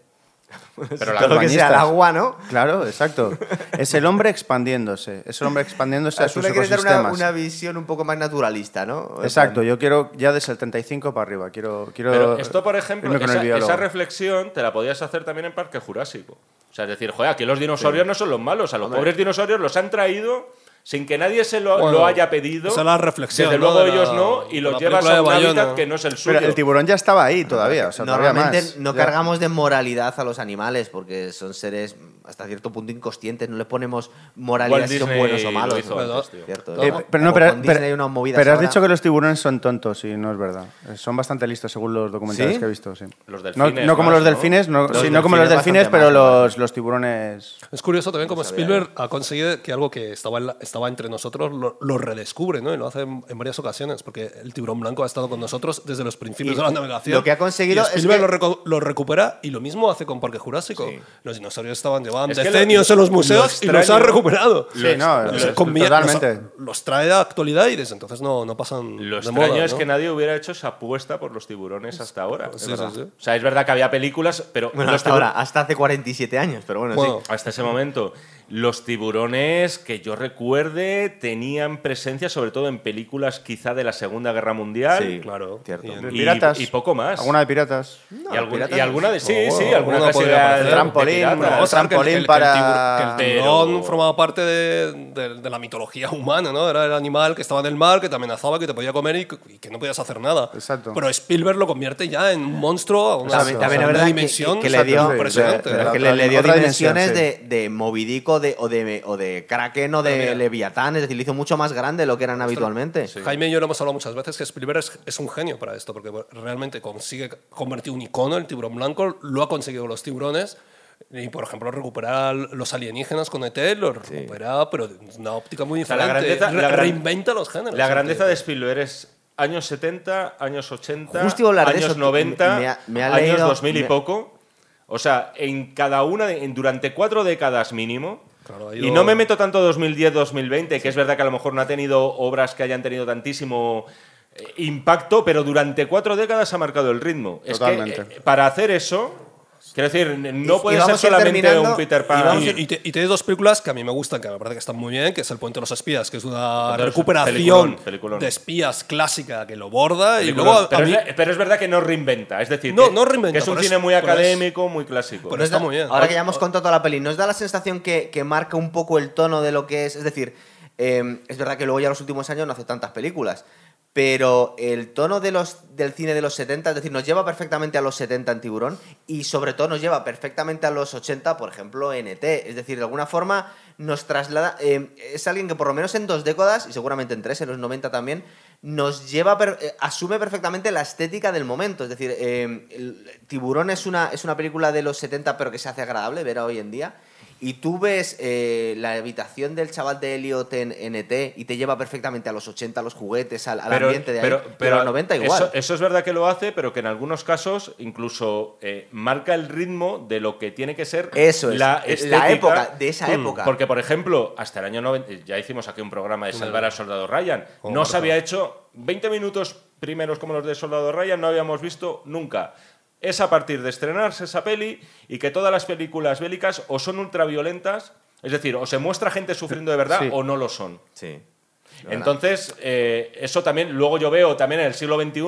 A: Pero la
B: Todo lo que sea el
D: urbanistas.
B: agua, ¿no?
D: Claro, exacto. Es el hombre expandiéndose. Es el hombre expandiéndose a
B: Ah, Tú
D: sus
B: le quieres dar una,
D: ecosistemas.
B: una visión un poco más naturalista, ¿no?
D: Exacto, yo quiero ya desde el 35 para arriba. Quiero, quiero
A: Pero esto, por ejemplo,
D: irme con el
A: esa,
D: biólogo.
A: esa reflexión te la podías hacer también en Parque Jurásico. O sea, es decir, joder, aquí los dinosaurios no son los malos. A los pobres dinosaurios los han traído sin que nadie se lo,
C: Bueno,
A: lo haya pedido.
C: esa es la reflexión,
A: Desde
C: ¿no?
A: luego
C: de la-
A: ellos no, y
C: de
A: los
C: la
A: llevas
C: película
A: a
C: de
A: un
C: Bayona.
A: hábitat que no es el suyo.
D: Pero el tiburón ya estaba ahí todavía. O sea, todavía
B: Normalmente
D: más.
B: no
D: Ya. Eh,
B: cargamos de moralidad a los animales porque son seres hasta cierto punto inconscientes, no les ponemos moralidad
A: Walt
B: si son
A: Disney
B: buenos o
A: lo
B: malos.
A: hizo
B: ¿no?
A: antes, tío.
B: Cierto,
D: Eh,
B: ¿no?
D: pero no,
B: Como
D: pero,
B: con
D: pero-
B: Disney hay unas movidas
D: pero has
B: ahora.
D: dicho que los tiburones son tontos y no es verdad. Eh, Son bastante listos según los documentales
B: ¿Sí?
D: que he visto. sí.
A: Los
D: No-
A: delfines
D: No, como
A: más,
D: los
A: ¿no?
D: delfines, no,
B: Los
D: sí, no como los
B: delfines
D: delfines,
B: bastante
D: pero
B: más,
D: los, los tiburones.
C: Es curioso también cómo
B: ¿eh?
C: Spielberg ha conseguido que algo que estaba, en la- estaba entre nosotros lo, lo redescubre, ¿no? Y lo hace en, en varias ocasiones, porque el tiburón blanco ha estado con nosotros desde los principios
B: Y
C: de la navegación.
B: lo que ha conseguido es
C: Y Spielberg
B: que-
C: lo reco- lo, recupera y lo mismo hace con Parque Jurásico. Los dinosaurios estaban llevaban
A: Es que lo-
C: decenios en los
A: lo
C: museos y los
A: extraño-
C: han recuperado.
D: Sí, no,
C: O
D: es-
C: sea, con mi-
D: totalmente.
C: Los, los trae a actualidad y desde entonces no, no pasan
A: Lo
C: de
A: extraño
C: moda,
A: es
C: ¿no?
A: que nadie hubiera hecho esa apuesta por los tiburones hasta ahora.
C: Sí,
A: es
C: sí,
A: verdad.
C: sí.
A: O sea, es verdad que había películas, pero
B: Bueno,
A: los
B: hasta
A: tibu-
B: ahora, hasta hace 47 años, pero bueno,
C: Bueno,
B: sí.
A: hasta ese momento, los tiburones que yo recuerde tenían presencia sobre todo en películas quizá de la Segunda Guerra Mundial.
B: Sí,
C: Claro.
B: Cierto.
C: Y en-
D: De
A: Y-
D: piratas.
A: y poco más.
D: Alguna de piratas.
A: y, algún-
B: piratas
A: y alguna de sí,
C: Oh,
A: sí, alguna
C: bueno, alguna
A: casi
C: podría
A: de-
C: aparecer.
A: de
D: Trampolín,
A: pirata.
D: bueno,
C: Vamos a ver que el-
D: trampolín
C: que el-
D: para-
C: Que el,
A: Pero-
C: tiburón formaba parte de, de- de la mitología humana, ¿no? Era el animal que estaba en el mar, que te amenazaba, que te podía comer y, que- y que no podías hacer nada.
D: Exacto.
C: Pero Spielberg lo convierte ya en un monstruo, a una,
B: También,
D: Exacto.
B: también
C: a
B: es
C: una
B: verdad que-
C: dimensión
B: que, que le dio,
D: sí,
C: impresionante.
D: de-
B: pero
D: de-
B: que le, le dio
D: Otra dimensión,
B: dimensiones
D: sí.
B: de, de Movidico de, o, de, o de Kraken o
C: Pero
B: de
C: mira.
B: Leviatán, es decir, le hizo mucho más grande de lo que eran habitualmente.
C: Jaime y yo lo hemos hablado muchas veces, que Spielberg es, es un genio para esto, porque realmente consigue convertir un icono, el tiburón blanco, lo ha conseguido con los tiburones, y por ejemplo recuperar los alienígenas con ET, lo recupera, pero de una óptica muy
A: sea, la
C: diferente.
A: grandeza-
C: Re-
A: la gran-
C: reinventa los géneros.
A: La
C: el
A: grandeza
C: tío.
A: de Spielberg es años 70, años 80,
B: Justo iba a hablar de
A: años
B: eso, que
A: 90,
B: me- me ha- me ha
A: años
B: leído-
A: 2000 y
B: me-
A: poco. O sea, en cada una, de- en, durante cuatro décadas mínimo.
C: Claro, ha
A: Y
C: ido-
A: no me meto tanto 2010-2020, que es verdad que a lo mejor no ha tenido obras que hayan tenido tantísimo eh, impacto, pero durante cuatro décadas ha marcado el ritmo. Es que,
D: Totalmente.
A: eh, para hacer eso, quiero decir, no
B: Y-
A: puede
B: y
A: ser
B: vamos a ir
A: solamente
B: terminando,
A: un Peter
B: y vamos
A: Pan.
B: a
C: Y, y te- y tienes dos películas que a mí me gustan, que me parece que están muy bien, que es El Puente de los Espías, que es una
A: Entonces,
C: recuperación
A: peliculón, peliculón.
C: de espías clásica que lo borda y
A: Película.
C: luego a- a
A: pero,
C: mí-
A: es, ver- pero es verdad que no reinventa. Es decir,
C: No,
A: que-
C: no reinventa,
A: que es un
C: pero es-
A: cine muy
C: pero es-
A: académico, muy clásico.
C: pero está muy bien.
B: Ahora que ya hemos contado toda la peli, ¿nos da la sensación que, que marca un poco el tono de lo que es? Es decir, eh, es verdad que luego ya los últimos años no hace tantas películas, pero el tono de los, del cine de los 70, es decir, nos lleva perfectamente a los 70 en Tiburón y sobre todo nos lleva perfectamente a los 80, por ejemplo, en ET. Es decir, de alguna em, forma nos traslada... eh, es alguien que por lo menos en dos décadas, y seguramente en tres, en los 90 también, nos lleva per- eh, asume perfectamente la estética del momento. Es decir, eh, el- Tiburón es una, es una película de los 70, pero que se hace agradable ver hoy en día. Y tú ves eh, la habitación del chaval de Elliot en, en ET y te lleva perfectamente a los 80, a los juguetes, al, al ambiente de ahí. Pero, a los 90 igual.
A: Eso, eso es verdad que lo hace, pero que en algunos casos incluso eh, marca el ritmo de lo que tiene que ser
B: Eso es.
A: la,
B: La
A: estética. Mm.
B: época, de esa época.
A: Porque, por ejemplo, hasta el año 90, eh, ya hicimos aquí un programa de Salvar al Soldado Ryan.
C: Oh,
A: no se
C: Marta.
A: había hecho 20 minutos primeros como los de Soldado Ryan, no habíamos visto nunca. Es a partir de estrenarse esa peli y que todas las películas bélicas o son ultraviolentas, es decir, o se muestra gente sufriendo de verdad
D: Sí.
A: o no lo son.
B: Sí.
A: Entonces, eh, eso también, luego yo veo también en el siglo XXI,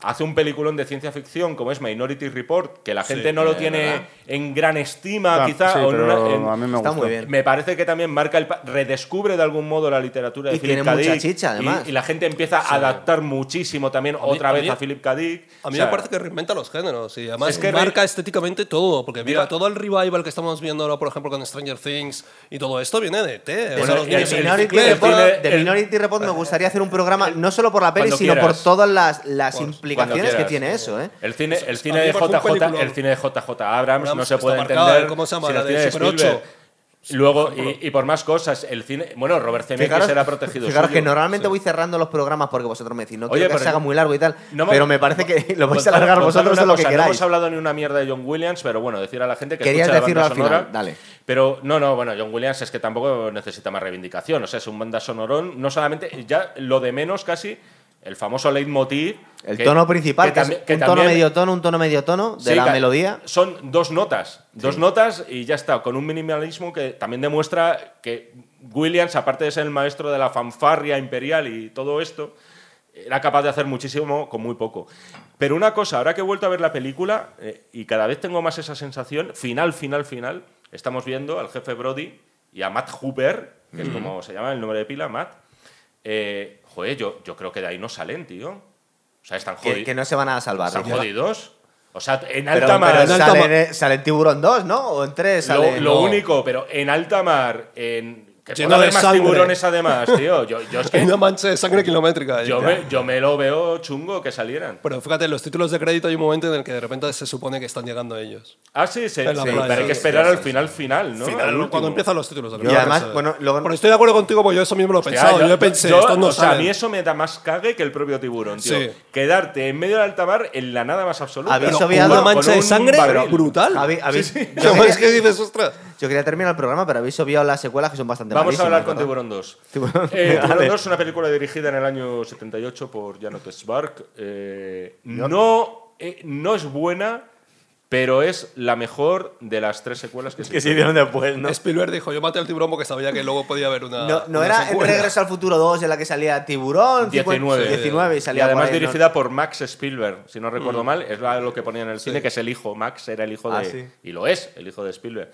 A: hace un peliculón de ciencia ficción como es Minority Report, que la gente no lo tiene en gran estima,
D: Ah,
A: quizá.
D: sí,
A: o en
D: pero
A: una- en-
D: a mí me
B: Está
D: gustó.
B: muy bien.
A: me parece que también marca el pa- redescubre de algún modo la literatura de
B: Y
A: Philip
B: tiene
A: K.
B: mucha
A: Dick,
B: chicha,
A: y-
B: además.
A: Y, la gente empieza a adaptar muchísimo también
C: mí-
A: otra
C: a
A: vez
C: mí-
A: a Philip K. Dick.
C: A mí
A: O sea,
C: me parece que reinventa los géneros y además
A: Es que re-
C: marca estéticamente todo, porque mira,
A: Mira.
C: todo el revival que estamos viendo ahora, por ejemplo, con Stranger Things y todo esto viene de T.
B: Bueno,
A: los
B: de
A: niños- el
B: Minority,
A: ciclo de
B: Report,
A: cine-
B: de
A: el-
B: Minority Report me gustaría hacer un programa no solo por la peli,
A: Cuando
B: sino
A: quieras.
B: por todas las, las
C: Cuando
B: implicaciones que
A: quieras.
B: tiene eso. ¿eh?
A: El cine, el
C: Es-
A: cine
C: a mí
A: de
C: me parece un
A: JJ,
C: peliculón.
A: el cine de JJ Abrams no
C: Abrams
A: se
C: está
A: puede
C: marcado,
A: entender.
C: ¿cómo se llama?
A: sin
C: La
A: el
C: de
A: cine
C: Super
A: Spielberg.
C: 8.
A: Luego, y, y por más cosas, el cine. Bueno, Robert Zemeckis será protegido.
B: fijaros
A: suyo.
B: que normalmente voy cerrando los programas porque vosotros me decís, no
A: Oye,
B: quiero que
A: pero
B: se haga
A: yo-
B: muy largo y tal,
A: No
B: pero me parece que lo vais a
A: Contad-
B: alargar
A: contad
B: vosotros
A: una
B: en lo que
A: cosa, No
B: queráis.
A: hemos hablado ni una mierda de John Williams, pero bueno, decir a la gente que
B: Querías
A: escucha la
B: decirlo
A: banda
B: al final,
A: sonora.
B: dale.
A: Pero no, no, bueno, John Williams es que tampoco necesita más reivindicación. O sea, es un banda sonorón, no solamente, ya lo de menos casi, el famoso leitmotiv.
B: El
A: que-
B: tono principal, que, es
A: tambi- que
B: un tono
A: también-
B: medio tono, un tono medio tono de
A: Sí,
B: la
A: ca-
B: melodía.
A: Son dos notas, dos notas y ya está, con un minimalismo que también demuestra que Williams, aparte de ser el maestro de la fanfarria imperial y todo esto, era capaz de hacer muchísimo con muy poco. Pero una cosa, ahora que he vuelto a ver la película, eh, y cada vez tengo más esa sensación, final, final, final, estamos viendo al jefe Brody y a Matt Hooper, que es como se llama el nombre de pila, Matt. Eh, joder, yo, yo creo que de ahí no salen, tío. O sea, están
B: Que,
A: jodidos.
B: que no se van a salvar.
A: Están
B: Ya.
A: jodidos. O sea, en
B: Pero,
A: alta mar.
B: pero
A: en alta
B: sale,
A: mar-
B: en- sale en Tiburón 2, ¿no? O en 3
A: lo
B: sale...
A: lo
C: no.
A: único, pero en alta mar, en. Que
C: Lleno
A: pueda haber
C: de
A: más
C: sangre.
A: tiburones además, tío. Yo, yo es que-
C: Hay una mancha de sangre kilométrica. ahí.
A: yo me, yo me lo veo chungo que salieran.
C: Pero fíjate, en los títulos de crédito hay un momento en el que de repente se supone que están llegando ellos.
A: Ah, sí, se-
C: En la
A: sí,
C: playa.
A: pero hay que
C: Sí,
A: esperar
C: sí,
A: al
C: sí,
A: final, final, ¿no?
C: Final,
A: Al último.
C: cuando empiezan los títulos de
B: Y
C: crédito.
B: además, bueno, luego-
C: Pero estoy de acuerdo contigo, porque yo eso mismo lo he
A: Hostia,
C: pensado. Yo, pensé,
A: yo-
C: estos no
A: o sea, a
C: salen.
A: mí eso me da más cague que el propio tiburón, tío.
C: Sí.
A: Quedarte en medio del alta mar en la nada más absoluta.
B: Habéis
A: Pero
B: obviado-
A: con
C: una mancha de
A: un
C: sangre
A: barril.
C: brutal.
B: Javi- habéis- yo
C: No,
B: quería-
C: es que dices, ostras.
B: Yo quería terminar el programa, pero habéis obviado las secuelas que son bastante
A: Vamos a
B: malísimas,
A: hablar con
B: ¿verdad?
A: Tiburón 2.
B: Tiburón-
A: Eh, Tiburón
B: Vale.
A: 2 es una película dirigida en el año 78 por Janot Spark. no, eh, no es buena, pero es la mejor de las tres secuelas que se
B: Que se hicieron
A: Pues
B: después, ¿no?
C: Spielberg dijo, yo maté al tiburón porque sabía que luego podía haber una
B: No, no
C: una
B: era en
C: secuela".
B: Regreso al Futuro 2 en la que salía Tiburón,
A: 19.
B: 50, 19 y salía
A: además
B: por ahí, ¿no? Mm.
A: dirigida por Max Spielberg, si no recuerdo mal, es la- lo que ponía en el cine, que es el hijo. Max era el hijo
B: Ah,
A: de.
B: sí.
A: Y lo es, el hijo de Spielberg.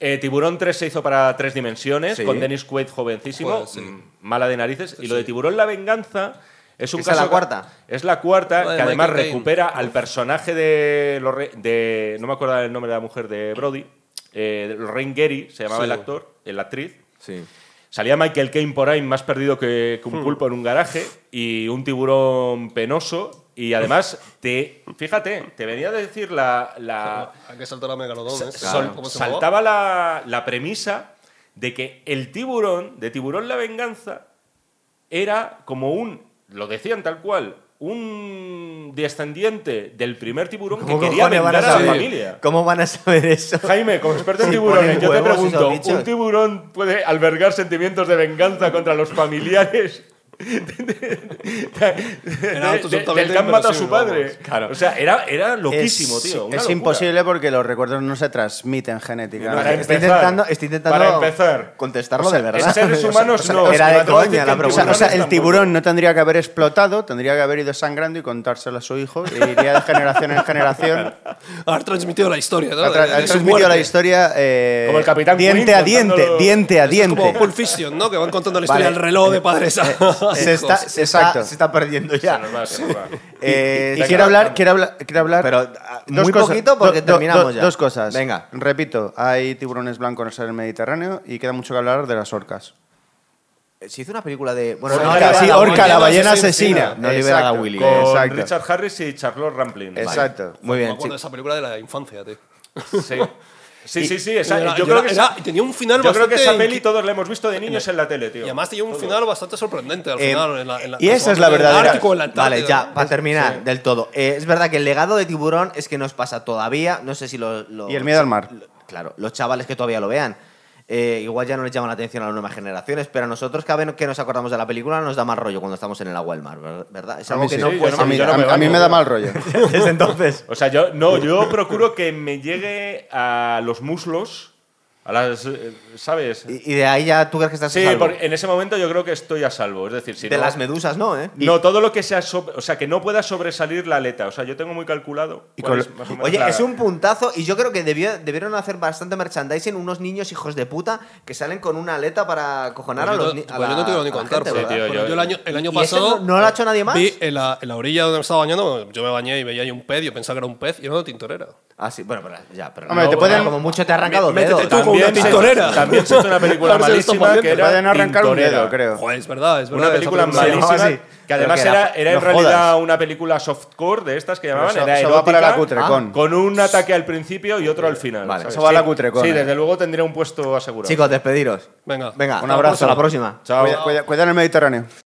A: Eh, Tiburón 3 se hizo para tres dimensiones,
B: Sí.
A: con Dennis Quaid jovencísimo,
C: Joder, sí.
A: mm, mala de narices. Y lo de Tiburón la venganza. Es un
B: Esa es
A: caso
B: la cuarta.
A: Es la cuarta,
C: La de
A: que además
C: Michael Caine.
A: recupera al personaje de, Lorre- de- No me acuerdo el nombre de la mujer de Brody. Eh, Lorraine Gary se llamaba
C: Sí.
A: el actor, eh, la actriz.
B: Sí.
A: Salía Michael Caine por ahí más perdido que,
B: Hmm.
A: que un pulpo en un garaje y un tiburón penoso. Y además, te, fíjate, te venía a decir la. la-
C: Hay que saltar a Megalodon, ¿eh?
A: sol-
C: ¿Cómo se llamaba?
A: saltaba la, la premisa de que el tiburón, de Tiburón la Venganza, era como un. Lo decían tal cual, un descendiente del primer tiburón que
B: ¿Cómo
A: quería vender
B: cojones van a
A: a la
B: saber?
A: familia.
B: ¿Cómo van a saber eso?
A: Jaime, como experto en
B: Si
A: tiburones,
B: ponen
A: yo te
B: huevos
A: pregunto,
B: esos bichos.
A: ¿un tiburón puede albergar sentimientos de venganza contra los familiares
C: Era
A: de- de- del
C: absolutamente
A: que han matado a su
C: inverosímil,
A: padre?
C: vamos.
A: O sea, era, era loquísimo,
D: es,
A: tío. una
D: es
A: locura.
D: imposible porque los recuerdos no se transmiten
A: Para
D: genéticamente.
B: Estoy
A: empezar,
B: intentando, estoy intentando
A: para empezar,
B: contestarlo de verdad.
A: en seres humanos
B: O sea,
A: no.
B: Era de
A: Te voy a decir
B: coña
A: que
B: la
A: en
D: O sea,
B: pregunta.
D: o sea,
A: tiburones
D: el
A: tampoco.
D: tiburón no tendría que haber explotado, tendría que haber ido sangrando y contárselo a su hijo y iría de generación en generación.
C: Haber transmitido la historia, ¿no?
D: Ha, tra-
C: De- de
D: ha
C: su
D: transmitido
C: muerte.
D: la historia eh,
A: Como el Capitán
D: diente
A: Quinn
D: a diente,
A: contándolo.
D: diente a
C: Eso es como pues,
D: diente.
C: Pulp Fiction, ¿no? Que van contando la historia
D: Vale.
C: del reloj de padres a
D: se
C: hijos.
D: está-
B: Se está,
D: Exacto.
B: se está perdiendo
A: Se
B: ya.
A: nos va, se nos va.
D: Eh,
A: Venga,
D: quiero, hablar,
A: vamos.
D: quiero hablar, quiero hablar.
B: Pero, ah, muy poquito porque terminamos ya.
D: Dos cosas.
B: Venga.
D: Repito, hay tiburones blancos en el Mediterráneo y queda mucho que hablar de las orcas.
B: Se hizo una película de. Bueno,
D: Orca,
B: no, era-
D: sí,
B: era-
D: Orca, la ballena asesina.
B: No liberada
D: Exacto,
B: Willy.
A: eh. Con
D: Exacto.
A: Richard Harris y Charlotte Rampling.
D: Exacto.
B: Muy
C: Me
B: bien,
C: acuerdo de
B: chicos.
C: esa película de la infancia, tío.
A: Sí. Sí, sí, sí, esa-
C: Era-
A: yo,
C: era-
A: creo que
C: era-
A: esa,
C: y tenía un final
A: yo creo que
C: bastante
A: esa peli
C: inqui-
A: todos la hemos visto de niños en la tele, tío.
C: Y además tenía un
A: Todo.
C: final bastante sorprendente al
D: Eh,
C: final. en la- en la-
D: y esa es la
C: en el
D: verdadera-
C: Ártico, en la
B: Vale,
C: Antártida,
B: ya,
C: ¿no?
B: para terminar del todo. Eh, es verdad que el legado de Tiburón es que nos pasa todavía, no sé si lo- lo-
D: Y el miedo al mar.
B: lo- claro, los chavales que todavía lo vean. eh, igual ya no les llama la atención a las nuevas generaciones, pero a nosotros cada vez que nos acordamos de la película nos da más rollo cuando estamos en el agua del mar, ¿ver- ¿verdad? Es
D: A
B: algo
D: mí
B: que
D: sí.
B: no
A: Sí, yo
B: puedes
A: no-
D: A mí-
A: yo no
D: a
A: me
D: mí- a mí
A: baño.
D: me da mal rollo.
B: desde entonces.
A: O sea, yo no, yo procuro que me llegue a los muslos, a las, eh, ¿sabes?
B: Y, y de ahí ya tú crees que estás a
A: Sí,
B: salvo.
A: porque en ese momento yo creo que estoy a salvo. Es decir, si
B: De
A: no,
B: las medusas no, ¿eh?
A: no todo lo que sea, sobre- o sea, que no pueda sobresalir la aleta. O sea, yo tengo muy calculado.
D: Y
A: cuál
D: con-
A: es más o menos
B: Oye,
A: la-
B: es un puntazo y yo creo que debió- debieron hacer bastante merchandising unos niños hijos de puta que salen con una aleta para cojonar a
C: Pues yo
B: los
C: no-
B: niños.
C: pues yo no te lo ni contar,
A: gente,
C: porque-
A: ¿verdad? Sí, tío,
C: porque
A: yo-
C: yo el año, el año
B: ¿Y ese
C: pasado.
B: no- no lo ha hecho nadie más?
C: Vi en la, en la orilla donde me estaba bañando, yo me bañé y veía ahí un pez, yo pensaba que era un pez y era una tintorera.
B: Ah, sí, bueno, pero ya, pero
D: Hombre,
B: no,
D: te pueden-
B: como mucho te ha arrancado
C: Métete
B: dedos.
C: tú con una
A: se-
C: tintorera.
A: también se hizo una película
C: Ahora se lo está
A: malísima que
C: poniendo.
A: era
D: Vayan a arrancar un
A: Tintorera.
D: dedo, creo.
C: Joder, es verdad, es verdad.
A: Una
C: esa
A: película
C: película-
B: se llamaba
A: malísima
B: así.
A: que además
B: Pero que
A: era,
B: era-
A: era en
D: no
A: realidad
D: jodas.
A: una película softcore de estas que llamaban,
D: Eso-
A: era
D: eso va para la
A: erótica, Ah,
D: cutrecón.
A: con un ataque al principio y otro al final.
B: Vale,
A: ¿sabes?
D: eso va a la
A: Sí,
D: cutrecón,
A: Sí,
D: eh.
A: desde luego tendría un puesto asegurado.
B: Chicos, despediros.
C: Venga.
B: Venga,
D: Un abrazo.
B: hasta la próxima.
A: Chao.
D: Cuida- cuida- Cuidado en el Mediterráneo.